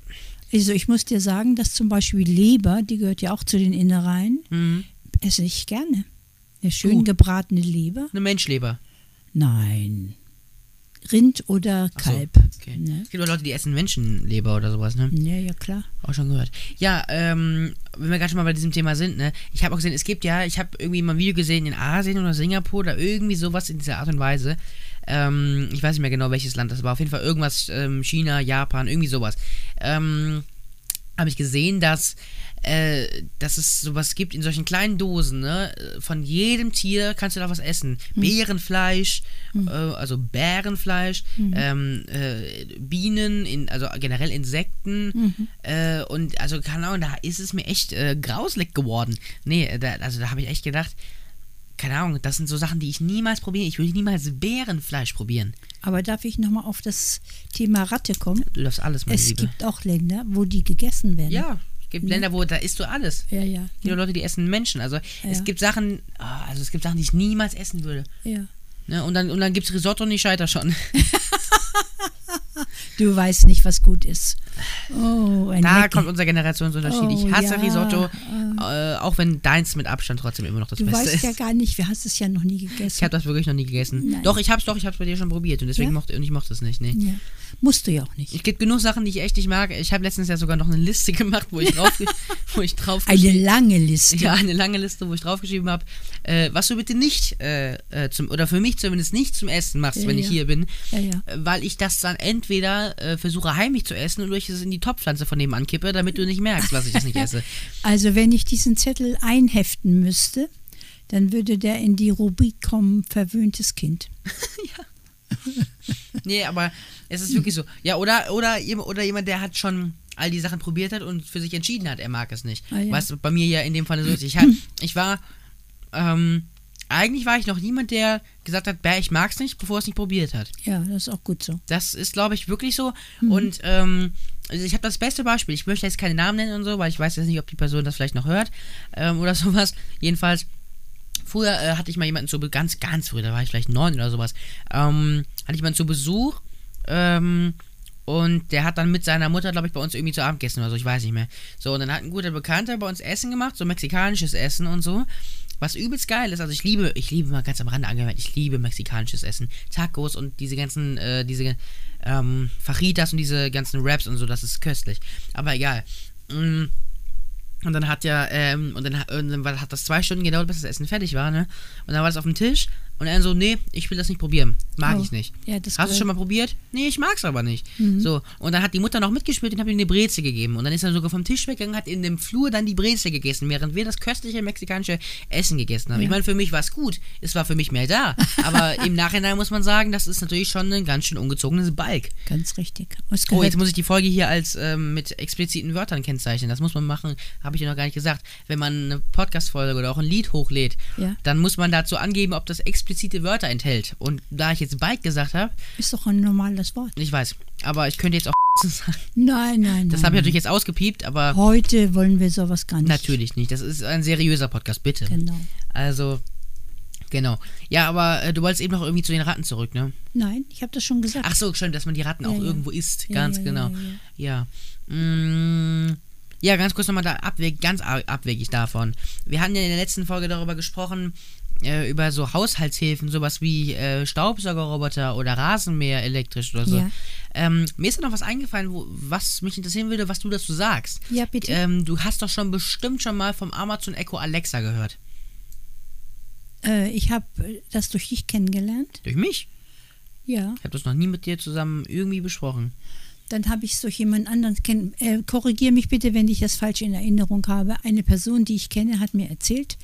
[SPEAKER 2] Also ich muss dir sagen, dass zum Beispiel Leber, die gehört ja auch zu den Innereien,
[SPEAKER 1] mhm.
[SPEAKER 2] esse ich gerne. Eine schön
[SPEAKER 1] Gut.
[SPEAKER 2] gebratene Leber?
[SPEAKER 1] eine Menschleber.
[SPEAKER 2] Nein. Rind oder
[SPEAKER 1] Ach so,
[SPEAKER 2] Kalb.
[SPEAKER 1] Okay.
[SPEAKER 2] Ne?
[SPEAKER 1] Es gibt auch Leute, die essen Menschenleber oder sowas, ne?
[SPEAKER 2] Ja, ja, klar.
[SPEAKER 1] Auch schon gehört. Ja, ähm, wenn wir gerade schon mal bei diesem Thema sind, ne? Ich habe auch gesehen, es gibt ja, ich habe irgendwie mal ein Video gesehen in Asien oder Singapur oder irgendwie sowas in dieser Art und Weise. Ähm, ich weiß nicht mehr genau, welches Land das war. Auf jeden Fall irgendwas, ähm, China, Japan, irgendwie sowas. Ähm, habe ich gesehen, dass, äh, dass es sowas gibt in solchen kleinen Dosen, ne? Von jedem Tier kannst du da was essen.
[SPEAKER 2] Hm.
[SPEAKER 1] Bärenfleisch, äh, also Bärenfleisch,
[SPEAKER 2] Hm.
[SPEAKER 1] ähm, äh, Bienen, in, also generell Insekten.
[SPEAKER 2] Mhm.
[SPEAKER 1] Äh, und also, keine Ahnung, da ist es mir echt äh, grauselig geworden. Nee, da, also da habe ich echt gedacht, keine Ahnung, das sind so Sachen, die ich niemals probiere. Ich würde niemals Bärenfleisch probieren.
[SPEAKER 2] Aber darf ich nochmal auf das Thema Ratte kommen?
[SPEAKER 1] Du darfst alles, meine
[SPEAKER 2] es
[SPEAKER 1] Liebe.
[SPEAKER 2] gibt auch Länder, wo die gegessen werden.
[SPEAKER 1] ja, es gibt Länder, wo da isst du alles.
[SPEAKER 2] Ja, ja.
[SPEAKER 1] Es gibt auch Leute, die essen Menschen. Also es
[SPEAKER 2] Ja.
[SPEAKER 1] gibt Sachen, ah, also es gibt Sachen, die ich niemals essen würde.
[SPEAKER 2] ja.
[SPEAKER 1] Ne? Und dann, und dann gibt es Risotto und ich scheiter schon.
[SPEAKER 2] Du weißt nicht, was gut ist. Oh, ein
[SPEAKER 1] Da
[SPEAKER 2] Lecki.
[SPEAKER 1] kommt unser Generationsunterschied.
[SPEAKER 2] Oh,
[SPEAKER 1] ich hasse
[SPEAKER 2] ja.
[SPEAKER 1] Risotto, äh, auch wenn deins mit Abstand trotzdem immer noch das
[SPEAKER 2] Du
[SPEAKER 1] Beste
[SPEAKER 2] weißt
[SPEAKER 1] ist.
[SPEAKER 2] ja gar nicht, wir hast es ja noch nie gegessen.
[SPEAKER 1] ich habe das wirklich noch nie gegessen.
[SPEAKER 2] Nein.
[SPEAKER 1] Doch, ich hab's doch, ich hab's bei dir schon probiert und deswegen
[SPEAKER 2] Ja?
[SPEAKER 1] mochte und ich mochte es nicht. Nee.
[SPEAKER 2] ja. Musst du ja auch nicht.
[SPEAKER 1] Es gibt genug Sachen, die ich echt nicht mag. Ich habe letztens ja sogar noch eine Liste gemacht, wo ich drauf, wo ich drauf
[SPEAKER 2] Eine lange Liste.
[SPEAKER 1] Ja, eine lange Liste, wo ich draufgeschrieben habe, äh, was du bitte nicht äh, äh, zum, oder für mich zumindest nicht zum Essen machst,
[SPEAKER 2] Ja,
[SPEAKER 1] wenn ich
[SPEAKER 2] ja.
[SPEAKER 1] hier bin.
[SPEAKER 2] Ja, ja.
[SPEAKER 1] Äh, Weil ich das dann entweder äh, versuche heimlich zu essen oder ich es in die Topfpflanze von nebenan kippe, damit du nicht merkst, was ich das nicht esse.
[SPEAKER 2] Also wenn ich diesen Zettel einheften müsste, dann würde der in die Rubrik kommen, verwöhntes Kind.
[SPEAKER 1] Nee, aber es ist wirklich so. Ja, oder, oder, jem- oder jemand, der hat schon all die Sachen probiert hat und für sich entschieden hat, er mag es nicht.
[SPEAKER 2] Ah, ja.
[SPEAKER 1] Was bei mir ja in dem Fall so ist. Ich, hab, ich war, ähm, eigentlich war ich noch niemand, der gesagt hat, "Bäh, ich mag's nicht, bevor er es nicht probiert hat.
[SPEAKER 2] Ja, das ist auch gut so.
[SPEAKER 1] Das ist, glaube ich, wirklich so. Und ähm, also ich habe das beste Beispiel. Ich möchte jetzt keine Namen nennen und so, weil ich weiß jetzt nicht, ob die Person das vielleicht noch hört ähm, oder sowas. Jedenfalls, früher äh, hatte ich mal jemanden zu Be- ganz, ganz früh, da war ich vielleicht neun oder sowas, ähm, hatte ich jemanden zu Besuch. Ähm, und der hat dann mit seiner Mutter, glaube ich, bei uns irgendwie zu Abend gegessen oder so, ich weiß nicht mehr. So, und dann hat ein guter Bekannter bei uns Essen gemacht, so mexikanisches Essen und so. Was übelst geil ist, also ich liebe, ich liebe mal ganz am Rande angemerkt, ich liebe mexikanisches Essen. Tacos und diese ganzen, äh, diese ähm, Fajitas und diese ganzen Wraps und so, das ist köstlich. Aber egal. Mm. Und dann hat ja, ähm, und dann, ha- und dann war- hat das zwei Stunden gedauert, bis das Essen fertig war, ne? Und dann war das auf dem Tisch und er so, nee, ich will das nicht probieren. Mag
[SPEAKER 2] Oh.
[SPEAKER 1] ich nicht.
[SPEAKER 2] Ja, das
[SPEAKER 1] Hast du
[SPEAKER 2] gehört- Mhm.
[SPEAKER 1] schon mal probiert? Nee, ich mag's aber nicht. So, und dann hat die Mutter noch mitgespielt und hat ihm eine Breze gegeben. Und dann ist er sogar vom Tisch weggegangen, hat in dem Flur dann die Breze gegessen, während wir das köstliche mexikanische Essen gegessen haben. Ich
[SPEAKER 2] Ja.
[SPEAKER 1] meine, für mich war's gut. Es war für mich mehr da. Aber im Nachhinein muss man sagen, das ist natürlich schon ein ganz schön ungezogenes Balk.
[SPEAKER 2] Ganz richtig. Es
[SPEAKER 1] Oh,
[SPEAKER 2] gehört,
[SPEAKER 1] jetzt muss ich die Folge hier als ähm, mit expliziten Wörtern kennzeichnen. Das muss man machen, habe ich ja noch gar nicht gesagt. Wenn man eine Podcast-Folge oder auch ein Lied hochlädt,
[SPEAKER 2] Ja.
[SPEAKER 1] dann muss man dazu angeben, ob das explizite Wörter enthält. Und da ich jetzt Bike gesagt habe,
[SPEAKER 2] ist doch ein normales Wort.
[SPEAKER 1] ich weiß, aber ich könnte jetzt auch sagen.
[SPEAKER 2] Nein, nein,
[SPEAKER 1] Das habe
[SPEAKER 2] nein.
[SPEAKER 1] ich
[SPEAKER 2] nein.
[SPEAKER 1] natürlich jetzt ausgepiept, aber
[SPEAKER 2] Heute wollen wir sowas gar nicht.
[SPEAKER 1] natürlich nicht. Das ist ein seriöser Podcast, bitte.
[SPEAKER 2] Genau.
[SPEAKER 1] Also, genau. Ja, aber äh, du wolltest eben noch irgendwie zu den Ratten zurück, ne?
[SPEAKER 2] Nein, ich habe das schon gesagt.
[SPEAKER 1] Ach so, stimmt, dass man die Ratten auch
[SPEAKER 2] ja.
[SPEAKER 1] irgendwo isst.
[SPEAKER 2] Ja,
[SPEAKER 1] Ganz
[SPEAKER 2] ja,
[SPEAKER 1] genau. Ja. Ja. Mm, ja, ganz kurz nochmal da abweg, ganz a- abwegig davon. Wir hatten ja in der letzten Folge darüber gesprochen, äh, über so Haushaltshilfen, sowas wie äh, Staubsaugerroboter oder Rasenmäher elektrisch oder so.
[SPEAKER 2] Ja.
[SPEAKER 1] Ähm, mir ist da noch was eingefallen, wo, was mich interessieren würde, was du dazu sagst.
[SPEAKER 2] Ja, bitte.
[SPEAKER 1] Ähm, du hast doch schon bestimmt schon mal vom Amazon Echo Alexa gehört.
[SPEAKER 2] Äh, ich habe das durch dich kennengelernt.
[SPEAKER 1] Durch mich?
[SPEAKER 2] Ja.
[SPEAKER 1] Ich habe das noch nie mit dir zusammen irgendwie besprochen.
[SPEAKER 2] Dann habe ich es durch jemand anderen kennen. Äh, Korrigiere mich bitte, wenn ich das falsch in Erinnerung habe. Eine Person, die ich kenne, hat mir erzählt,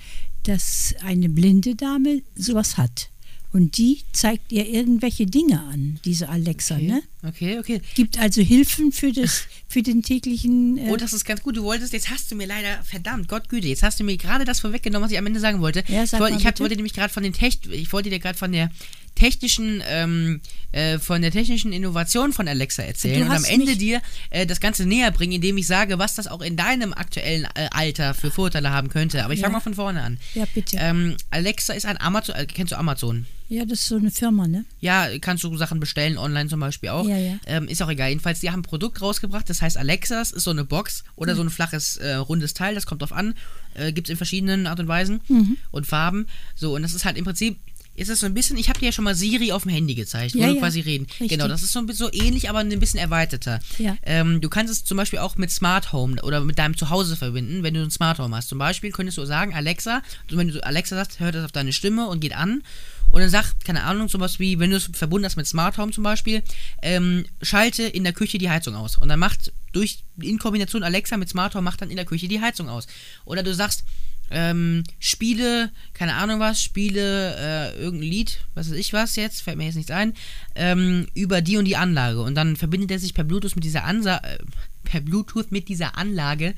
[SPEAKER 2] dass eine blinde Dame sowas hat. Und die zeigt ihr irgendwelche Dinge an, diese Alexa,
[SPEAKER 1] Okay,
[SPEAKER 2] ne?
[SPEAKER 1] okay. okay.
[SPEAKER 2] Gibt also Hilfen für, das, für den täglichen. Äh,
[SPEAKER 1] Oh, das ist ganz gut. Du wolltest, jetzt hast du mir leider, verdammt, Gott Güte, jetzt hast du mir gerade das vorweggenommen, was ich am Ende sagen wollte.
[SPEAKER 2] Ja, sag
[SPEAKER 1] ich wollte,
[SPEAKER 2] mal
[SPEAKER 1] ich hab,
[SPEAKER 2] bitte.
[SPEAKER 1] wollte nämlich gerade von den Tech, ich wollte dir gerade von der technischen, ähm, äh, von der technischen Innovation von Alexa erzählen
[SPEAKER 2] Du
[SPEAKER 1] und am
[SPEAKER 2] hast
[SPEAKER 1] Ende
[SPEAKER 2] mich-
[SPEAKER 1] dir äh, das Ganze näher bringen, indem ich sage, was das auch in deinem aktuellen äh, Alter für Vorteile haben könnte. Aber ich
[SPEAKER 2] Ja.
[SPEAKER 1] fange mal von vorne an.
[SPEAKER 2] Ja, bitte.
[SPEAKER 1] Ähm, Alexa ist ein Amazon, äh, kennst du Amazon?
[SPEAKER 2] ja, das ist so eine Firma, ne?
[SPEAKER 1] Ja, kannst du Sachen bestellen, online zum Beispiel auch.
[SPEAKER 2] Ja, ja.
[SPEAKER 1] Ähm, ist auch egal. Jedenfalls, die haben ein Produkt rausgebracht, das heißt Alexa, das ist so eine Box oder
[SPEAKER 2] Mhm.
[SPEAKER 1] so ein flaches, äh, rundes Teil, das kommt drauf an. Äh, Gibt es in verschiedenen Art und Weisen
[SPEAKER 2] Mhm.
[SPEAKER 1] und Farben. So, und das ist halt im Prinzip, ist das so ein bisschen, ich habe dir ja schon mal Siri auf dem Handy gezeigt,
[SPEAKER 2] Ja,
[SPEAKER 1] wo wir
[SPEAKER 2] ja.
[SPEAKER 1] quasi reden.
[SPEAKER 2] Richtig.
[SPEAKER 1] Genau, das ist so ein bisschen so ähnlich, aber ein bisschen erweiterter.
[SPEAKER 2] Ja.
[SPEAKER 1] Ähm, du kannst es zum Beispiel auch mit Smart Home oder mit deinem Zuhause verbinden, wenn du ein Smart Home hast. Zum Beispiel könntest du sagen, Alexa, und wenn du so Alexa sagst, hört das auf deine Stimme und geht an. Und dann sag, keine Ahnung, sowas wie, wenn du es verbunden hast mit Smart Home zum Beispiel, ähm, schalte in der Küche die Heizung aus. Und dann macht durch, in Kombination Alexa mit Smart Home, macht dann in der Küche die Heizung aus. Oder du sagst, ähm, spiele, keine Ahnung was, spiele äh, irgendein Lied, was weiß ich was jetzt, fällt mir jetzt nichts ein, ähm, über die und die Anlage. Und dann verbindet er sich per Bluetooth mit dieser Ansa äh, per Bluetooth mit dieser Anlage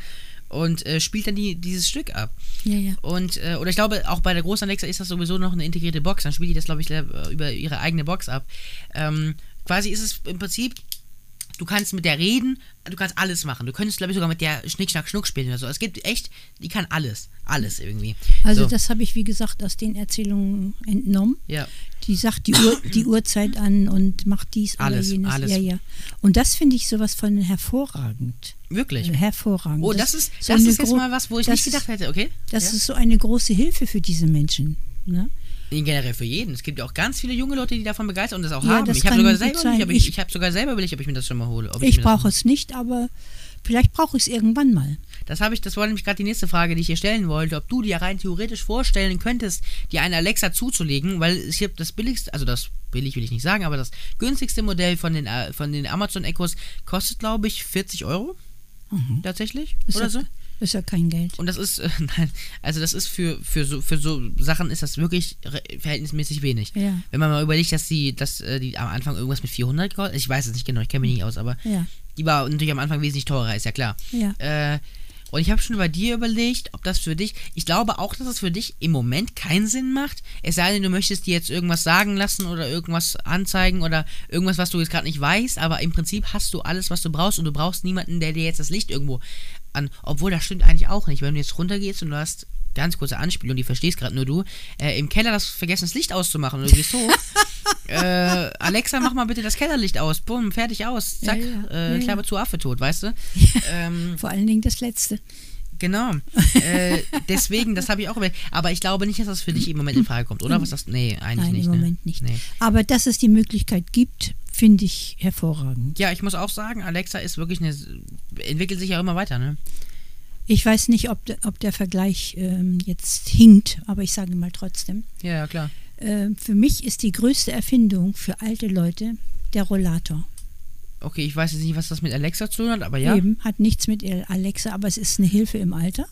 [SPEAKER 1] und äh, spielt dann die, dieses Stück ab.
[SPEAKER 2] Ja, ja.
[SPEAKER 1] Und, äh, oder ich glaube, auch bei der großen Alexa ist das sowieso noch eine integrierte Box. Dann spielt die das, glaube ich, le- äh, über ihre eigene Box ab. Ähm, quasi ist es im Prinzip, du kannst mit der reden, du kannst alles machen. Du könntest, glaube ich, sogar mit der Schnick, Schnack, Schnuck spielen oder so. Es gibt echt, die kann alles. Alles irgendwie.
[SPEAKER 2] Also
[SPEAKER 1] so,
[SPEAKER 2] das habe ich, wie gesagt, aus den Erzählungen entnommen.
[SPEAKER 1] Ja.
[SPEAKER 2] Die sagt die, Uhr, die Uhrzeit an und macht dies
[SPEAKER 1] Alles,
[SPEAKER 2] oder jenes.
[SPEAKER 1] alles.
[SPEAKER 2] Ja, ja. Und das finde ich sowas von hervorragend.
[SPEAKER 1] Wirklich.
[SPEAKER 2] Also hervorragend.
[SPEAKER 1] Oh, das ist,
[SPEAKER 2] so
[SPEAKER 1] das
[SPEAKER 2] eine
[SPEAKER 1] ist jetzt
[SPEAKER 2] gro-
[SPEAKER 1] mal was, wo ich
[SPEAKER 2] das
[SPEAKER 1] nicht gedacht hätte, okay?
[SPEAKER 2] Das
[SPEAKER 1] ja?
[SPEAKER 2] ist so eine große Hilfe für diese Menschen. Ne?
[SPEAKER 1] Nee, generell für jeden. Es gibt ja auch ganz viele junge Leute, die davon begeistert und das auch
[SPEAKER 2] Ja,
[SPEAKER 1] haben.
[SPEAKER 2] das
[SPEAKER 1] ich habe
[SPEAKER 2] kann
[SPEAKER 1] sogar
[SPEAKER 2] gut
[SPEAKER 1] selber
[SPEAKER 2] sein.
[SPEAKER 1] nicht, ob ich,
[SPEAKER 2] Ich-
[SPEAKER 1] ich habe sogar selber überlegt, ob ich mir das schon mal hole. ob
[SPEAKER 2] Ich
[SPEAKER 1] mir das
[SPEAKER 2] brauche es nicht, aber vielleicht brauche ich es irgendwann mal.
[SPEAKER 1] Das habe ich, das war nämlich gerade die nächste Frage, die ich hier stellen wollte, ob du dir rein theoretisch vorstellen könntest, dir eine Alexa zuzulegen, weil ich habe das billigste, also das billig will ich nicht sagen, aber das günstigste Modell von den, äh, von den Amazon Echos kostet, glaube ich, 40 Euro. Tatsächlich?
[SPEAKER 2] Mhm. Ist
[SPEAKER 1] oder
[SPEAKER 2] ja,
[SPEAKER 1] so?
[SPEAKER 2] Ist ja kein Geld.
[SPEAKER 1] Und das ist, äh, nein, also das ist für, für, so, für so Sachen ist das wirklich re- verhältnismäßig wenig.
[SPEAKER 2] Ja.
[SPEAKER 1] Wenn man mal überlegt, dass die, dass äh, die am Anfang irgendwas mit 400 gekostet, ich weiß es nicht genau, ich kenne mich nicht aus, aber
[SPEAKER 2] Ja.
[SPEAKER 1] die war natürlich am Anfang wesentlich teurer, ist ja klar.
[SPEAKER 2] Ja.
[SPEAKER 1] Äh, und ich habe schon bei dir überlegt, ob das für dich. Ich glaube auch, dass es das für dich im Moment keinen Sinn macht. Es sei denn, du möchtest dir jetzt irgendwas sagen lassen oder irgendwas anzeigen oder irgendwas, was du jetzt gerade nicht weißt. Aber im Prinzip hast du alles, was du brauchst und du brauchst niemanden, der dir jetzt das Licht irgendwo an. Obwohl, das stimmt eigentlich auch nicht. Wenn du jetzt runtergehst und du hast ganz kurze Anspielung, die verstehst gerade nur du, äh, im Keller das vergessen, das Licht auszumachen und du gehst hoch. äh, Alexa, mach mal bitte das Kellerlicht aus. Bumm, fertig aus. Zack,
[SPEAKER 2] Ja, ja.
[SPEAKER 1] äh,
[SPEAKER 2] Ja, ja.
[SPEAKER 1] Klappe zu Affe tot, weißt du? Ähm,
[SPEAKER 2] Vor allen Dingen das Letzte.
[SPEAKER 1] Genau. äh, deswegen, das habe ich auch überlegt. Aber ich glaube nicht, dass das für dich im Moment in Frage kommt, oder? Was das? Nee, eigentlich
[SPEAKER 2] Mhm. Nein,
[SPEAKER 1] nicht.
[SPEAKER 2] im
[SPEAKER 1] ne?
[SPEAKER 2] Moment nicht.
[SPEAKER 1] Nee.
[SPEAKER 2] Aber dass es die Möglichkeit gibt, finde ich hervorragend.
[SPEAKER 1] Ja, ich muss auch sagen, Alexa ist wirklich eine. entwickelt sich ja immer weiter, ne?
[SPEAKER 2] Ich weiß nicht, ob, de, ob der Vergleich ähm, jetzt hinkt, aber ich sage mal trotzdem.
[SPEAKER 1] Ja, ja, klar.
[SPEAKER 2] Ähm, für mich ist die größte Erfindung für alte Leute der Rollator.
[SPEAKER 1] Okay, ich weiß jetzt nicht, was das mit Alexa zu tun hat, aber ja.
[SPEAKER 2] Eben, hat nichts mit ihr- Alexa, aber es ist eine Hilfe im Alter.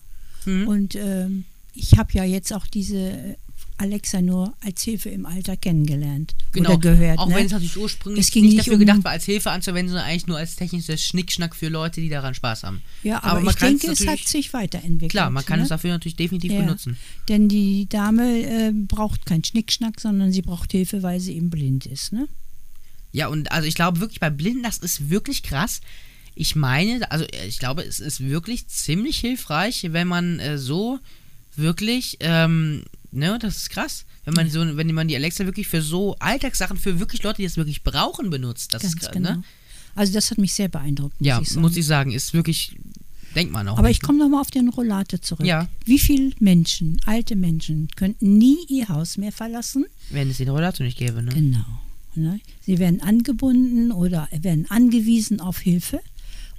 [SPEAKER 1] Mhm.
[SPEAKER 2] Und ähm, ich habe ja jetzt auch diese äh, Alexa nur als Hilfe im Alter kennengelernt
[SPEAKER 1] Genau.
[SPEAKER 2] oder gehört.
[SPEAKER 1] auch
[SPEAKER 2] ne?
[SPEAKER 1] wenn es natürlich ursprünglich
[SPEAKER 2] Es ging
[SPEAKER 1] nicht
[SPEAKER 2] nicht
[SPEAKER 1] dafür
[SPEAKER 2] um-
[SPEAKER 1] gedacht war, als Hilfe anzuwenden, sondern eigentlich nur als technisches Schnickschnack für Leute, die daran Spaß haben.
[SPEAKER 2] ja, aber,
[SPEAKER 1] man
[SPEAKER 2] ich
[SPEAKER 1] kann's
[SPEAKER 2] denke, es hat
[SPEAKER 1] natürlich-
[SPEAKER 2] sich weiterentwickelt.
[SPEAKER 1] Klar, man kann
[SPEAKER 2] ne?
[SPEAKER 1] es dafür natürlich definitiv
[SPEAKER 2] Ja.
[SPEAKER 1] benutzen.
[SPEAKER 2] Denn die Dame äh, braucht keinen Schnickschnack, sondern sie braucht Hilfe, weil sie eben blind ist. Ne?
[SPEAKER 1] Ja, und also ich glaube wirklich bei Blinden, das ist wirklich krass. Ich meine, also äh, ich glaube, es ist wirklich ziemlich hilfreich, wenn man äh, so wirklich, ähm, ne, das ist krass. Wenn man so, wenn man die Alexa wirklich für so Alltagssachen, für wirklich Leute, die es wirklich brauchen, benutzt, das ist
[SPEAKER 2] Ganz
[SPEAKER 1] krass,
[SPEAKER 2] genau.
[SPEAKER 1] ne?
[SPEAKER 2] Also das hat mich sehr beeindruckt, muss
[SPEAKER 1] Ja,
[SPEAKER 2] ich sagen.
[SPEAKER 1] muss ich sagen, ist wirklich, denkt man auch.
[SPEAKER 2] aber
[SPEAKER 1] nicht.
[SPEAKER 2] ich komme nochmal auf den Rollator zurück.
[SPEAKER 1] Ja.
[SPEAKER 2] Wie viele Menschen, alte Menschen, könnten nie ihr Haus mehr verlassen?
[SPEAKER 1] wenn es den Rollator nicht gäbe, ne?
[SPEAKER 2] Genau. Ne? Sie werden angebunden oder werden angewiesen auf Hilfe.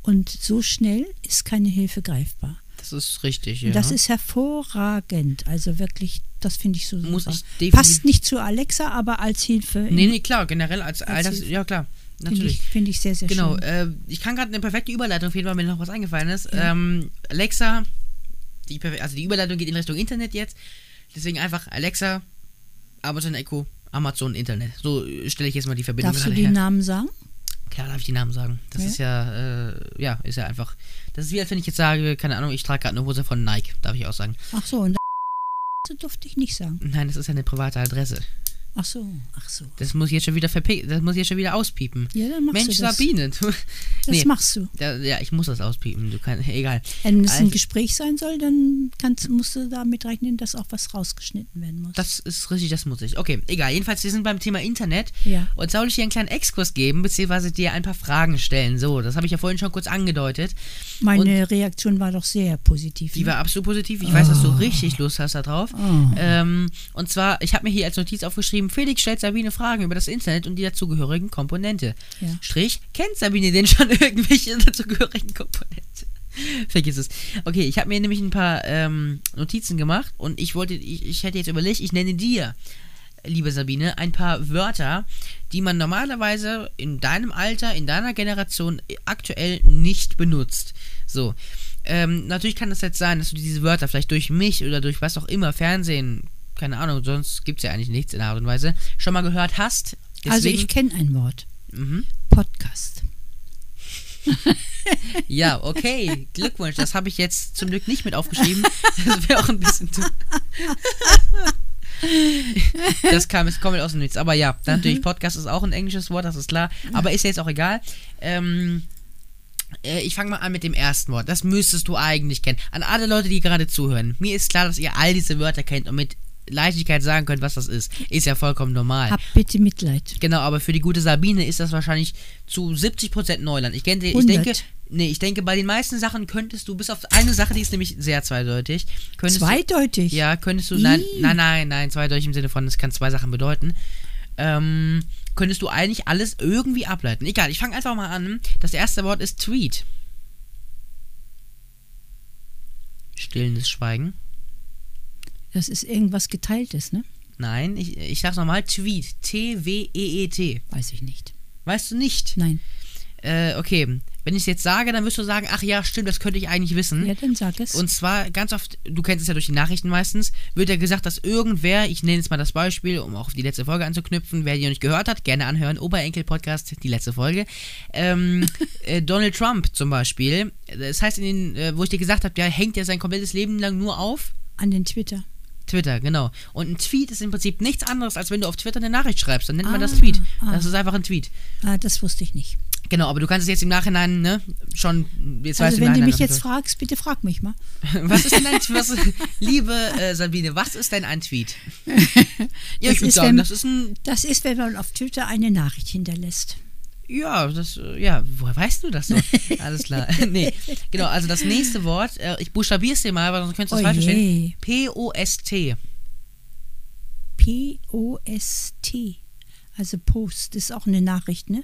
[SPEAKER 2] Und so schnell ist keine Hilfe greifbar.
[SPEAKER 1] Das ist richtig, ja.
[SPEAKER 2] Das ist hervorragend. Also wirklich, das finde ich so super.
[SPEAKER 1] Muss ich definitiv-
[SPEAKER 2] Passt nicht zu Alexa, aber als Hilfe
[SPEAKER 1] nee, nee, klar, generell als
[SPEAKER 2] Als
[SPEAKER 1] Alters,
[SPEAKER 2] Hilfe.
[SPEAKER 1] ja klar,
[SPEAKER 2] Finde
[SPEAKER 1] natürlich.
[SPEAKER 2] ich, finde ich sehr, sehr
[SPEAKER 1] Genau,
[SPEAKER 2] schön.
[SPEAKER 1] äh, ich kann gerade eine perfekte Überleitung finden, weil mir noch was eingefallen ist. Ähm, Alexa, die, perfe- also die Überleitung geht in Richtung Internet jetzt. Deswegen einfach Alexa, Amazon Echo, Amazon Internet. So äh, stelle ich jetzt mal die Verbindung
[SPEAKER 2] Darfst du
[SPEAKER 1] gerade
[SPEAKER 2] die
[SPEAKER 1] her.
[SPEAKER 2] Namen sagen?
[SPEAKER 1] Klar darf ich die Namen sagen. Das
[SPEAKER 2] Ja.
[SPEAKER 1] ist ja, äh, ja, ist ja einfach. Das ist wie, als wenn ich jetzt sage, keine Ahnung, ich trage gerade eine Hose von Nike, darf ich auch sagen.
[SPEAKER 2] Ach so, und das durfte ich nicht sagen.
[SPEAKER 1] Nein, das ist ja eine private Adresse.
[SPEAKER 2] Ach so, ach so.
[SPEAKER 1] Das muss ich jetzt schon wieder verpi das muss ich jetzt schon wieder auspiepen.
[SPEAKER 2] Ja, dann machst
[SPEAKER 1] Mensch,
[SPEAKER 2] du das.
[SPEAKER 1] Sabine, du.
[SPEAKER 2] Das
[SPEAKER 1] Nee,
[SPEAKER 2] machst du.
[SPEAKER 1] da, ja, ich muss das auspiepen, du kannst, egal.
[SPEAKER 2] Wenn es ein
[SPEAKER 1] Also-
[SPEAKER 2] Gespräch sein soll, dann kannst, musst du damit rechnen, dass auch was rausgeschnitten werden muss.
[SPEAKER 1] Das ist richtig, das muss ich. Okay, egal. Jedenfalls, wir sind beim Thema Internet.
[SPEAKER 2] Ja.
[SPEAKER 1] Und soll ich dir einen kleinen Exkurs geben, beziehungsweise dir ein paar Fragen stellen. So, das habe ich ja vorhin schon kurz angedeutet.
[SPEAKER 2] Meine Reaktion war doch sehr positiv.
[SPEAKER 1] Die
[SPEAKER 2] ne?
[SPEAKER 1] war absolut positiv. Ich weiß, dass
[SPEAKER 2] Ah.
[SPEAKER 1] du richtig Lust hast da drauf. Ähm, und zwar, ich habe mir hier als Notiz aufgeschrieben, Felix stellt Sabine Fragen über das Internet und die dazugehörigen Komponente.
[SPEAKER 2] Ja.
[SPEAKER 1] Strich, kennt Sabine denn schon irgendwelche dazugehörigen Komponente? Vergiss es. Okay, ich habe mir nämlich ein paar ähm, Notizen gemacht und ich wollte, ich, ich hätte jetzt überlegt, ich nenne dir, liebe Sabine, ein paar Wörter, die man normalerweise in deinem Alter, in deiner Generation aktuell nicht benutzt. So. Ähm, natürlich kann es jetzt sein, dass du diese Wörter vielleicht durch mich oder durch was auch immer, Fernsehen, keine Ahnung, sonst gibt es ja eigentlich nichts in der Art und Weise, schon mal gehört hast.
[SPEAKER 2] also
[SPEAKER 1] Deswegen-
[SPEAKER 2] ich kenne ein Wort.
[SPEAKER 1] Mhm.
[SPEAKER 2] Podcast.
[SPEAKER 1] Ja, okay. Glückwunsch. Das habe ich jetzt zum Glück nicht mit aufgeschrieben. Das wäre auch ein bisschen zu. Das kam jetzt komplett aus dem Nichts. Aber ja, natürlich, Podcast ist auch ein englisches Wort, das ist klar. Aber ist ja jetzt auch egal. Ähm, äh, ich fange mal an mit dem ersten Wort. Das müsstest du eigentlich kennen. An alle Leute, die gerade zuhören. Mir ist klar, dass ihr all diese Wörter kennt und mit Leichtigkeit sagen könnt, was das ist. Ist ja vollkommen normal.
[SPEAKER 2] Hab bitte Mitleid.
[SPEAKER 1] Genau, aber für die gute Sabine ist das wahrscheinlich zu 70% Neuland. Ich, kenn, ich
[SPEAKER 2] 100.
[SPEAKER 1] denke, nee, ich denke, bei den meisten Sachen könntest du, bis auf eine Sache, die ist nämlich sehr zweideutig, könntest
[SPEAKER 2] Zweideutig.
[SPEAKER 1] du, ja, könntest du, nein,
[SPEAKER 2] Ih.
[SPEAKER 1] nein, nein, nein, zweideutig im Sinne von, es kann zwei Sachen bedeuten, ähm, könntest du eigentlich alles irgendwie ableiten. Egal, ich fange einfach mal an. Das erste Wort ist Tweet. Stillendes Schweigen.
[SPEAKER 2] Das ist irgendwas Geteiltes, ne?
[SPEAKER 1] Nein, ich, ich sag's nochmal, Tweet. T-W-E-E-T.
[SPEAKER 2] Weiß ich nicht.
[SPEAKER 1] Weißt E du nicht?
[SPEAKER 2] Nein.
[SPEAKER 1] Äh, okay. Wenn ich es jetzt sage, dann wirst du sagen, ach ja, stimmt, das könnte ich eigentlich wissen.
[SPEAKER 2] Ja, dann sag es.
[SPEAKER 1] Hm? Und zwar ganz oft, du kennst es ja durch die Nachrichten meistens, wird ja gesagt, dass irgendwer, ich nenne jetzt mal das Beispiel, um auch auf die letzte Folge anzuknüpfen, wer die noch nicht gehört hat, gerne anhören, Oberenkel-Podcast, die letzte Folge. Ähm, äh, Donald Trump zum Beispiel, das heißt, in den, äh, wo ich dir gesagt habe, der hängt ja sein komplettes Leben lang nur auf
[SPEAKER 2] An den Twitter.
[SPEAKER 1] Twitter, genau. Und ein Tweet ist im Prinzip nichts anderes, als wenn du auf Twitter eine Nachricht schreibst. Dann nennt man das Tweet.
[SPEAKER 2] ah.
[SPEAKER 1] Das ist einfach ein Tweet.
[SPEAKER 2] Ah, das wusste ich nicht.
[SPEAKER 1] Genau, aber du kannst es jetzt im Nachhinein, ne, schon, jetzt weißt
[SPEAKER 2] Also
[SPEAKER 1] du im
[SPEAKER 2] wenn du
[SPEAKER 1] Nachhinein,
[SPEAKER 2] mich
[SPEAKER 1] was
[SPEAKER 2] jetzt
[SPEAKER 1] das-
[SPEAKER 2] fragst, bitte frag mich mal.
[SPEAKER 1] Was ist denn ein, was, liebe äh, Sabine, was ist denn ein Tweet? ja,
[SPEAKER 2] Das
[SPEAKER 1] ich würde
[SPEAKER 2] ist,
[SPEAKER 1] sagen,
[SPEAKER 2] wenn-
[SPEAKER 1] das ist ein,
[SPEAKER 2] Das ist, wenn man auf Twitter eine Nachricht hinterlässt.
[SPEAKER 1] ja, das, äh, ja, woher weißt du das so? Alles klar, nee, genau, also das nächste Wort, äh, ich buchstabiere es dir mal, weil sonst könntest du es
[SPEAKER 2] Oh
[SPEAKER 1] falsch
[SPEAKER 2] je.
[SPEAKER 1] verstehen. P-O-S-T,
[SPEAKER 2] P-O-S-T. Also Post ist auch eine Nachricht, ne?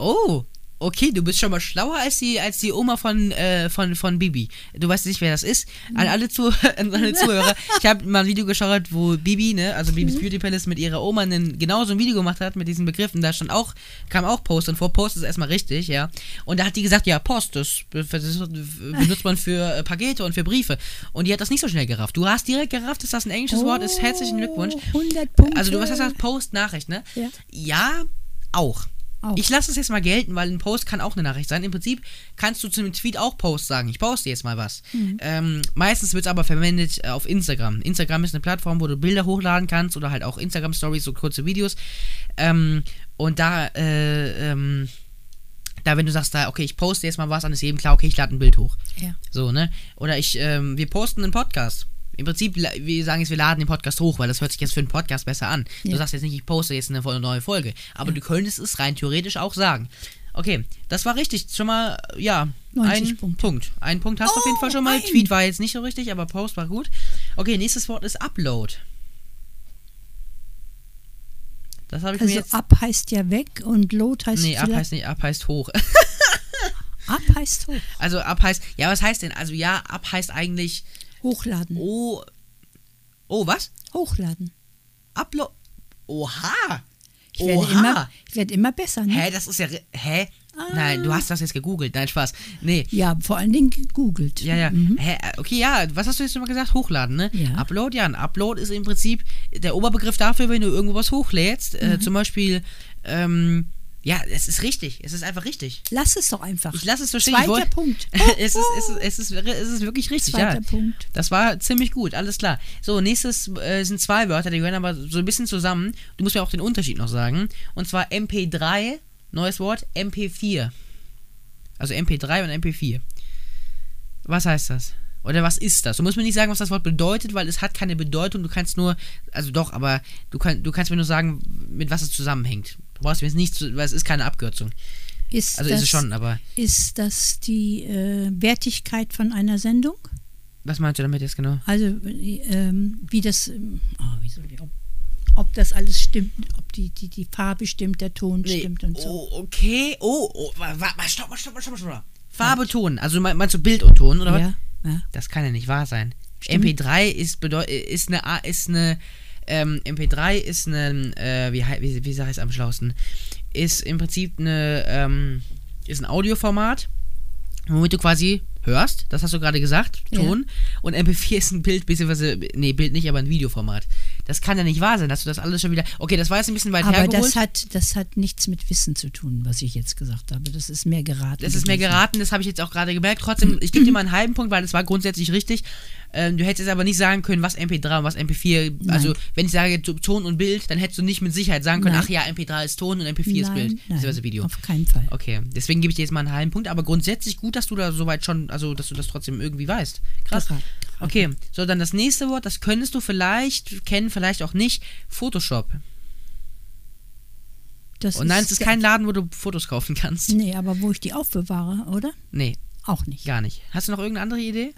[SPEAKER 1] oh, okay, du bist schon mal schlauer als die, als die Oma von, äh, von, von Bibi. Du weißt nicht, wer das ist, an alle, Zuh an alle Zuhörer, ich habe mal ein Video geschaut, wo Bibi, ne, also Bibis Beauty Palace mit ihrer Oma einen, genauso ein Video gemacht hat mit diesen Begriffen, da stand auch, kam auch Post und vor Post ist erstmal richtig, ja, und da hat die gesagt, ja, Post, das, be- das benutzt man für äh, Pakete und für Briefe und die hat das nicht so schnell gerafft. Du hast direkt gerafft, dass das ein englisches Wort ist, herzlichen Glückwunsch.
[SPEAKER 2] 100 Oh, Punkte.
[SPEAKER 1] Also du was hast gesagt, Post-Nachricht, ne?
[SPEAKER 2] Ja.
[SPEAKER 1] Ja, auch.
[SPEAKER 2] Auch.
[SPEAKER 1] Ich lasse es jetzt mal gelten, weil ein Post kann auch eine Nachricht sein. Im Prinzip kannst du zu einem Tweet auch Post sagen. Ich poste jetzt mal was.
[SPEAKER 2] Mhm.
[SPEAKER 1] Ähm, meistens wird es aber verwendet äh, auf Instagram. Instagram ist eine Plattform, wo du Bilder hochladen kannst oder halt auch Instagram-Stories, so kurze Videos. Ähm, und da, äh, ähm, da, wenn du sagst, da, okay, ich poste jetzt mal was, dann ist jedem klar, okay, ich lade ein Bild hoch.
[SPEAKER 2] Ja.
[SPEAKER 1] So, ne? Oder ich, ähm, wir posten einen Podcast. Im Prinzip, la- wir sagen jetzt, wir laden den Podcast hoch, weil das hört sich jetzt für einen Podcast besser an. Du
[SPEAKER 2] Ja.
[SPEAKER 1] sagst jetzt nicht, ich poste jetzt eine voll- neue Folge. Aber du könntest es rein theoretisch auch sagen. Okay, das war richtig. Schon mal, äh, ja,
[SPEAKER 2] 90
[SPEAKER 1] ein
[SPEAKER 2] Punkte.
[SPEAKER 1] Punkt. Ein Punkt hast du auf jeden
[SPEAKER 2] Oh,
[SPEAKER 1] Fall schon mal.
[SPEAKER 2] ein.
[SPEAKER 1] Tweet war jetzt nicht so richtig, aber Post war gut. Okay, nächstes Wort ist Upload. Das habe ich mir
[SPEAKER 2] Also
[SPEAKER 1] jetzt.
[SPEAKER 2] ab heißt ja weg und load heißt
[SPEAKER 1] nee, ab
[SPEAKER 2] vielleicht-
[SPEAKER 1] heißt nicht, ab heißt hoch.
[SPEAKER 2] Ab heißt hoch.
[SPEAKER 1] Also ab heißt. Ja, was heißt denn? Also ja, ab heißt eigentlich.
[SPEAKER 2] Hochladen.
[SPEAKER 1] Oh. Oh, was?
[SPEAKER 2] Hochladen.
[SPEAKER 1] Upload. Oha!
[SPEAKER 2] Ich werde,
[SPEAKER 1] Oha!
[SPEAKER 2] immer, Ah. ich werde immer besser. Ne?
[SPEAKER 1] Hä, das ist ja. ri- Hä? Nein, du hast das jetzt gegoogelt. Nein, Spaß. Nee.
[SPEAKER 2] Ja, vor allen Dingen gegoogelt.
[SPEAKER 1] Ja, ja. Hä, äh, okay, ja, was hast du jetzt immer gesagt? Hochladen, ne?
[SPEAKER 2] Mhm. Ja.
[SPEAKER 1] Upload, ja. Ein Upload ist im Prinzip der Oberbegriff dafür, wenn du irgendwo was hochlädst.
[SPEAKER 2] Mhm.
[SPEAKER 1] Äh, zum Beispiel, ähm, ja, es ist richtig. Es ist einfach richtig.
[SPEAKER 2] Lass es doch einfach.
[SPEAKER 1] Ich lasse es so stehen.
[SPEAKER 2] Zweiter
[SPEAKER 1] ich wollt-
[SPEAKER 2] Punkt.
[SPEAKER 1] es, ist, es, ist, es, ist, es ist wirklich richtig, ja.
[SPEAKER 2] Zweiter Punkt.
[SPEAKER 1] Das war ziemlich gut, alles klar. So, nächstes äh, sind zwei Wörter, die gehören aber so ein bisschen zusammen. Du musst mir auch den Unterschied noch sagen. Und zwar MP3, neues Wort, MP4. Also MP3 und MP4. Was heißt das? Oder was ist das? Du musst mir nicht sagen, was das Wort bedeutet, weil es hat keine Bedeutung. Du kannst nur, also doch, aber du, kann, du kannst mir nur sagen, mit was es zusammenhängt. Du brauchst mir jetzt nicht, zu, weil es ist keine Abkürzung.
[SPEAKER 2] Ist
[SPEAKER 1] Also
[SPEAKER 2] das,
[SPEAKER 1] ist es schon, aber
[SPEAKER 2] Ist das die äh, Wertigkeit von einer Sendung?
[SPEAKER 1] was meinst du damit jetzt genau?
[SPEAKER 2] Also ähm, wie das, ähm, oh, wie soll ich, ob, ob das alles stimmt, ob die, die, die Farbe stimmt, der Ton stimmt und so.
[SPEAKER 1] Oh, okay. Oh, oh, warte, warte, stopp, stopp, stopp, stopp, stopp. Farbe, Ton. Also mein- meinst du Bild und Ton, oder was?
[SPEAKER 2] ja, ja.
[SPEAKER 1] Das kann ja nicht wahr sein.
[SPEAKER 2] Stimmt.
[SPEAKER 1] MP3 ist bedeu ist eine A- ist eine ähm, MP3 ist eine äh, wie hei- wie, wie sag ich es am schlausten ist im Prinzip eine ähm, ist ein Audioformat, womit du quasi hörst. Das hast du gerade gesagt,
[SPEAKER 2] Ja.
[SPEAKER 1] Ton. Und MP4 ist ein Bild beziehungsweise nee Bild nicht, aber ein Videoformat. Das kann ja nicht wahr sein, dass du das alles schon wieder. Okay, das war jetzt ein bisschen weit
[SPEAKER 2] Aber
[SPEAKER 1] hergeholt.
[SPEAKER 2] das hat, das hat nichts mit Wissen zu tun, was ich jetzt gesagt habe. Das ist mehr geraten.
[SPEAKER 1] Das ist mir
[SPEAKER 2] gewesen.
[SPEAKER 1] geraten, das habe ich jetzt auch gerade gemerkt. Trotzdem, ich gebe dir mal einen halben Punkt, weil das war grundsätzlich richtig. Ähm, du hättest aber nicht sagen können, was MP3 und was MP4. Also, wenn ich sage Tu- Ton und Bild, dann hättest du nicht mit Sicherheit sagen können,
[SPEAKER 2] Nein.
[SPEAKER 1] ach ja, MP3 ist Ton und MP4 ist
[SPEAKER 2] Nein,
[SPEAKER 1] Bild.
[SPEAKER 2] Nein,
[SPEAKER 1] Beziehungsweise Video.
[SPEAKER 2] Auf keinen Fall.
[SPEAKER 1] Okay, deswegen gebe ich dir jetzt mal einen halben Punkt, aber grundsätzlich gut, dass du da soweit schon, also dass du das trotzdem irgendwie weißt. Krass.
[SPEAKER 2] Geraten.
[SPEAKER 1] Okay, so dann das nächste Wort, das könntest du vielleicht kennen, vielleicht auch nicht. Photoshop.
[SPEAKER 2] Das
[SPEAKER 1] Und nein, es ist kein Laden, wo du Fotos kaufen kannst.
[SPEAKER 2] Nee, aber wo ich die aufbewahre, oder?
[SPEAKER 1] Nee,
[SPEAKER 2] Auch nicht.
[SPEAKER 1] gar nicht. Hast du noch irgendeine andere Idee?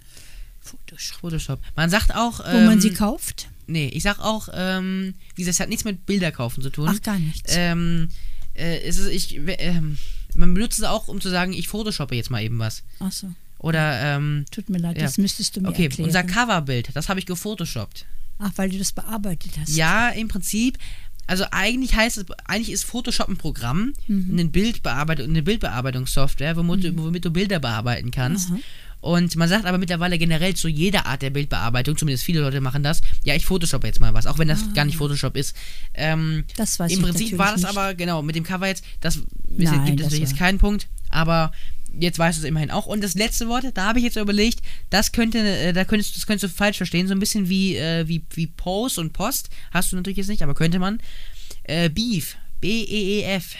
[SPEAKER 2] Photoshop.
[SPEAKER 1] Photoshop. Man sagt auch.
[SPEAKER 2] Wo
[SPEAKER 1] Ähm,
[SPEAKER 2] man sie kauft?
[SPEAKER 1] Nee, ich sag auch, ähm, wie gesagt, es hat nichts mit Bilderkaufen zu tun.
[SPEAKER 2] Ach, gar nichts.
[SPEAKER 1] Ähm, äh, es ist, ich, w- ähm, man benutzt es auch, um zu sagen, ich photoshoppe jetzt mal eben was.
[SPEAKER 2] Ach so.
[SPEAKER 1] Oder, ähm,
[SPEAKER 2] Tut mir leid,
[SPEAKER 1] Ja.
[SPEAKER 2] das müsstest du mir
[SPEAKER 1] okay,
[SPEAKER 2] erklären.
[SPEAKER 1] unser Coverbild, das habe ich gefotoshoppt.
[SPEAKER 2] Ach, weil du das bearbeitet hast.
[SPEAKER 1] Ja, im Prinzip. also eigentlich heißt es, eigentlich ist Photoshop ein Programm, eine, Bildbearbeitung, eine Bildbearbeitungssoftware, womit, du, womit du Bilder bearbeiten kannst.
[SPEAKER 2] Aha.
[SPEAKER 1] Und man sagt aber mittlerweile generell zu jeder Art der Bildbearbeitung, zumindest viele Leute machen das, ja, ich Photoshop jetzt mal was, auch wenn das gar nicht Photoshop ist. Ähm,
[SPEAKER 2] Das weiß
[SPEAKER 1] Im
[SPEAKER 2] ich
[SPEAKER 1] Prinzip
[SPEAKER 2] natürlich
[SPEAKER 1] war das
[SPEAKER 2] nicht.
[SPEAKER 1] aber, genau, mit dem Cover jetzt, das ist-
[SPEAKER 2] Nein,
[SPEAKER 1] gibt es
[SPEAKER 2] das
[SPEAKER 1] natürlich jetzt
[SPEAKER 2] war-
[SPEAKER 1] keinen Punkt, aber jetzt weißt du es immerhin auch. Und das letzte Wort, da habe ich jetzt überlegt, das könnte, äh, da könntest, das könntest du falsch verstehen, so ein bisschen wie, äh, wie, wie Post und Post, hast du natürlich jetzt nicht, aber könnte man. Äh, Beef, E B-E-E-F,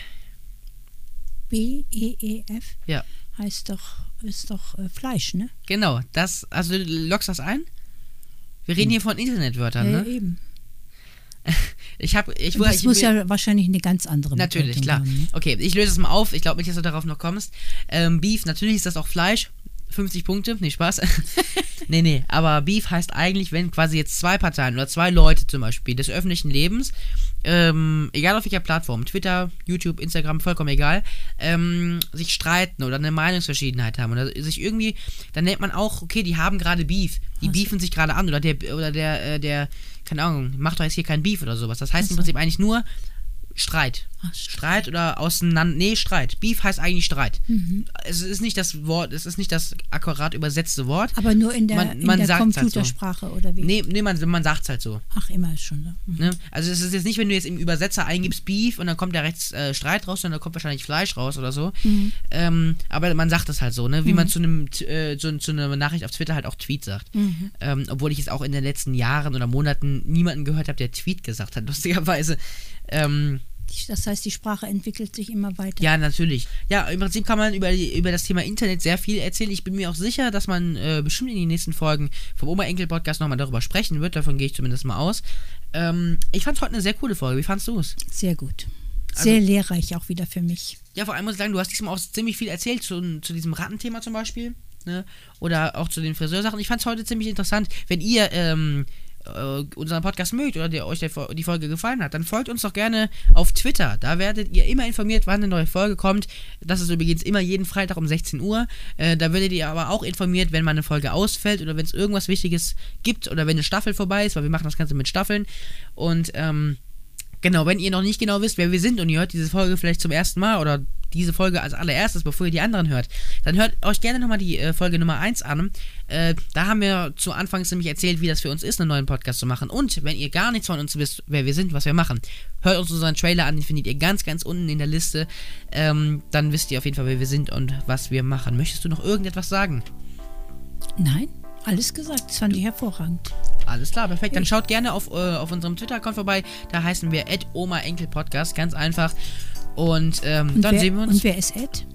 [SPEAKER 2] B-E-E-F
[SPEAKER 1] ja,
[SPEAKER 2] E heißt doch, ist doch äh, Fleisch, ne?
[SPEAKER 1] genau, das, also du lockst das ein? Wir
[SPEAKER 2] Hm.
[SPEAKER 1] reden hier von Internetwörtern,
[SPEAKER 2] ja,
[SPEAKER 1] ne?
[SPEAKER 2] eben.
[SPEAKER 1] Ich habe, ich
[SPEAKER 2] Und das
[SPEAKER 1] ich-
[SPEAKER 2] muss ja wahrscheinlich eine ganz andere
[SPEAKER 1] Natürlich,
[SPEAKER 2] Bedeutung
[SPEAKER 1] klar.
[SPEAKER 2] haben, ne?
[SPEAKER 1] Okay, ich löse es mal auf. Ich glaube nicht, dass du darauf noch kommst. Ähm, Beef, natürlich ist das auch Fleisch. 50 Punkte, nee, Spaß. nee, nee, aber Beef heißt eigentlich, wenn quasi jetzt zwei Parteien oder zwei Leute zum Beispiel des öffentlichen Lebens, ähm, egal auf welcher Plattform, Twitter, YouTube, Instagram, vollkommen egal, ähm, sich streiten oder eine Meinungsverschiedenheit haben oder sich irgendwie, dann nennt man auch, okay, die haben gerade Beef, die beefen sich gerade an oder der, oder der, äh, der, keine Ahnung, macht doch jetzt hier kein Beef oder sowas. Das heißt im Prinzip eigentlich nur, Streit.
[SPEAKER 2] Ach, Streit.
[SPEAKER 1] Streit oder auseinander. Nee, Streit. Beef heißt eigentlich Streit. Es ist nicht das Wort, es ist nicht das akkurat übersetzte Wort.
[SPEAKER 2] Aber nur in der,
[SPEAKER 1] Man-
[SPEAKER 2] in
[SPEAKER 1] man
[SPEAKER 2] der
[SPEAKER 1] sagt's halt so.
[SPEAKER 2] Computersprache oder wie?
[SPEAKER 1] Nee, nee man, man sagt es halt so.
[SPEAKER 2] Ach, immer schon. Ne? Mhm.
[SPEAKER 1] Ne? Also es ist jetzt nicht, wenn du jetzt im Übersetzer eingibst Beef und dann kommt da rechts äh, Streit raus, sondern da kommt wahrscheinlich Fleisch raus oder so. Ähm, aber man sagt es halt so, ne? wie man zu einem t- äh, zu, zu einer Nachricht auf Twitter halt auch Tweet sagt. Ähm, obwohl ich jetzt auch in den letzten Jahren oder Monaten niemanden gehört habe, der Tweet gesagt hat, lustigerweise. Ähm,
[SPEAKER 2] Die- Das heißt, die Sprache entwickelt sich immer weiter.
[SPEAKER 1] Ja, natürlich. Ja, im Prinzip kann man über, die- über das Thema Internet sehr viel erzählen. Ich bin mir auch sicher, dass man äh, bestimmt in den nächsten Folgen vom Oma-Enkel-Podcast nochmal darüber sprechen wird. Davon gehe ich zumindest mal aus. Ähm, ich fand heute eine sehr coole Folge. Wie fandst du es?
[SPEAKER 2] Sehr gut. Sehr
[SPEAKER 1] Also
[SPEAKER 2] lehrreich auch wieder für mich.
[SPEAKER 1] Ja, vor allem muss ich sagen, du hast diesmal auch ziemlich viel erzählt zu, zu diesem Rattenthema zum Beispiel. Ne? Oder auch zu den Friseursachen. Ich fand es heute ziemlich interessant. Wenn ihr ähm, äh, unseren Podcast mögt oder der, euch der, Fo- die Folge gefallen hat, dann folgt uns doch gerne auf Twitter. Da werdet ihr immer informiert, wann eine neue Folge kommt. Das ist übrigens immer jeden Freitag um 16 Uhr. Äh, da werdet ihr aber auch informiert, wenn mal eine Folge ausfällt oder wenn es irgendwas Wichtiges gibt oder wenn eine Staffel vorbei ist, weil wir machen das Ganze mit Staffeln. Und ähm, Genau, wenn ihr noch nicht genau wisst, wer wir sind und ihr hört diese Folge vielleicht zum ersten Mal oder diese Folge als allererstes, bevor ihr die anderen hört, dann hört euch gerne nochmal die äh, Folge Nummer 1 an. Äh, da haben wir zu Anfangs nämlich erzählt, wie das für uns ist, einen neuen Podcast zu machen. Und wenn ihr gar nichts von uns wisst, wer wir sind, was wir machen, hört uns unseren Trailer an, den findet ihr ganz, ganz unten in der Liste. Ähm, dann wisst ihr auf jeden Fall, wer wir sind und was wir machen. Möchtest du noch irgendetwas sagen?
[SPEAKER 2] Nein, alles gesagt. Das fand ich hervorragend.
[SPEAKER 1] Alles klar, perfekt. Dann schaut gerne auf, äh, auf unserem Twitter-Account vorbei. Da heißen wir @oma_enkel_podcast, ganz einfach. Und ähm,
[SPEAKER 2] Und
[SPEAKER 1] dann
[SPEAKER 2] wer,
[SPEAKER 1] sehen wir uns,
[SPEAKER 2] Und wer ist Ed?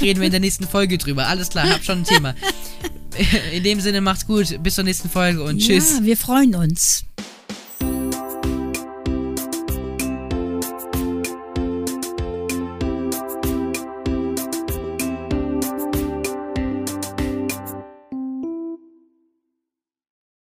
[SPEAKER 1] reden wir in der nächsten Folge drüber. Alles klar, hab schon ein Thema. in dem Sinne, macht's gut. Bis zur nächsten Folge und tschüss.
[SPEAKER 2] Ja, wir freuen uns.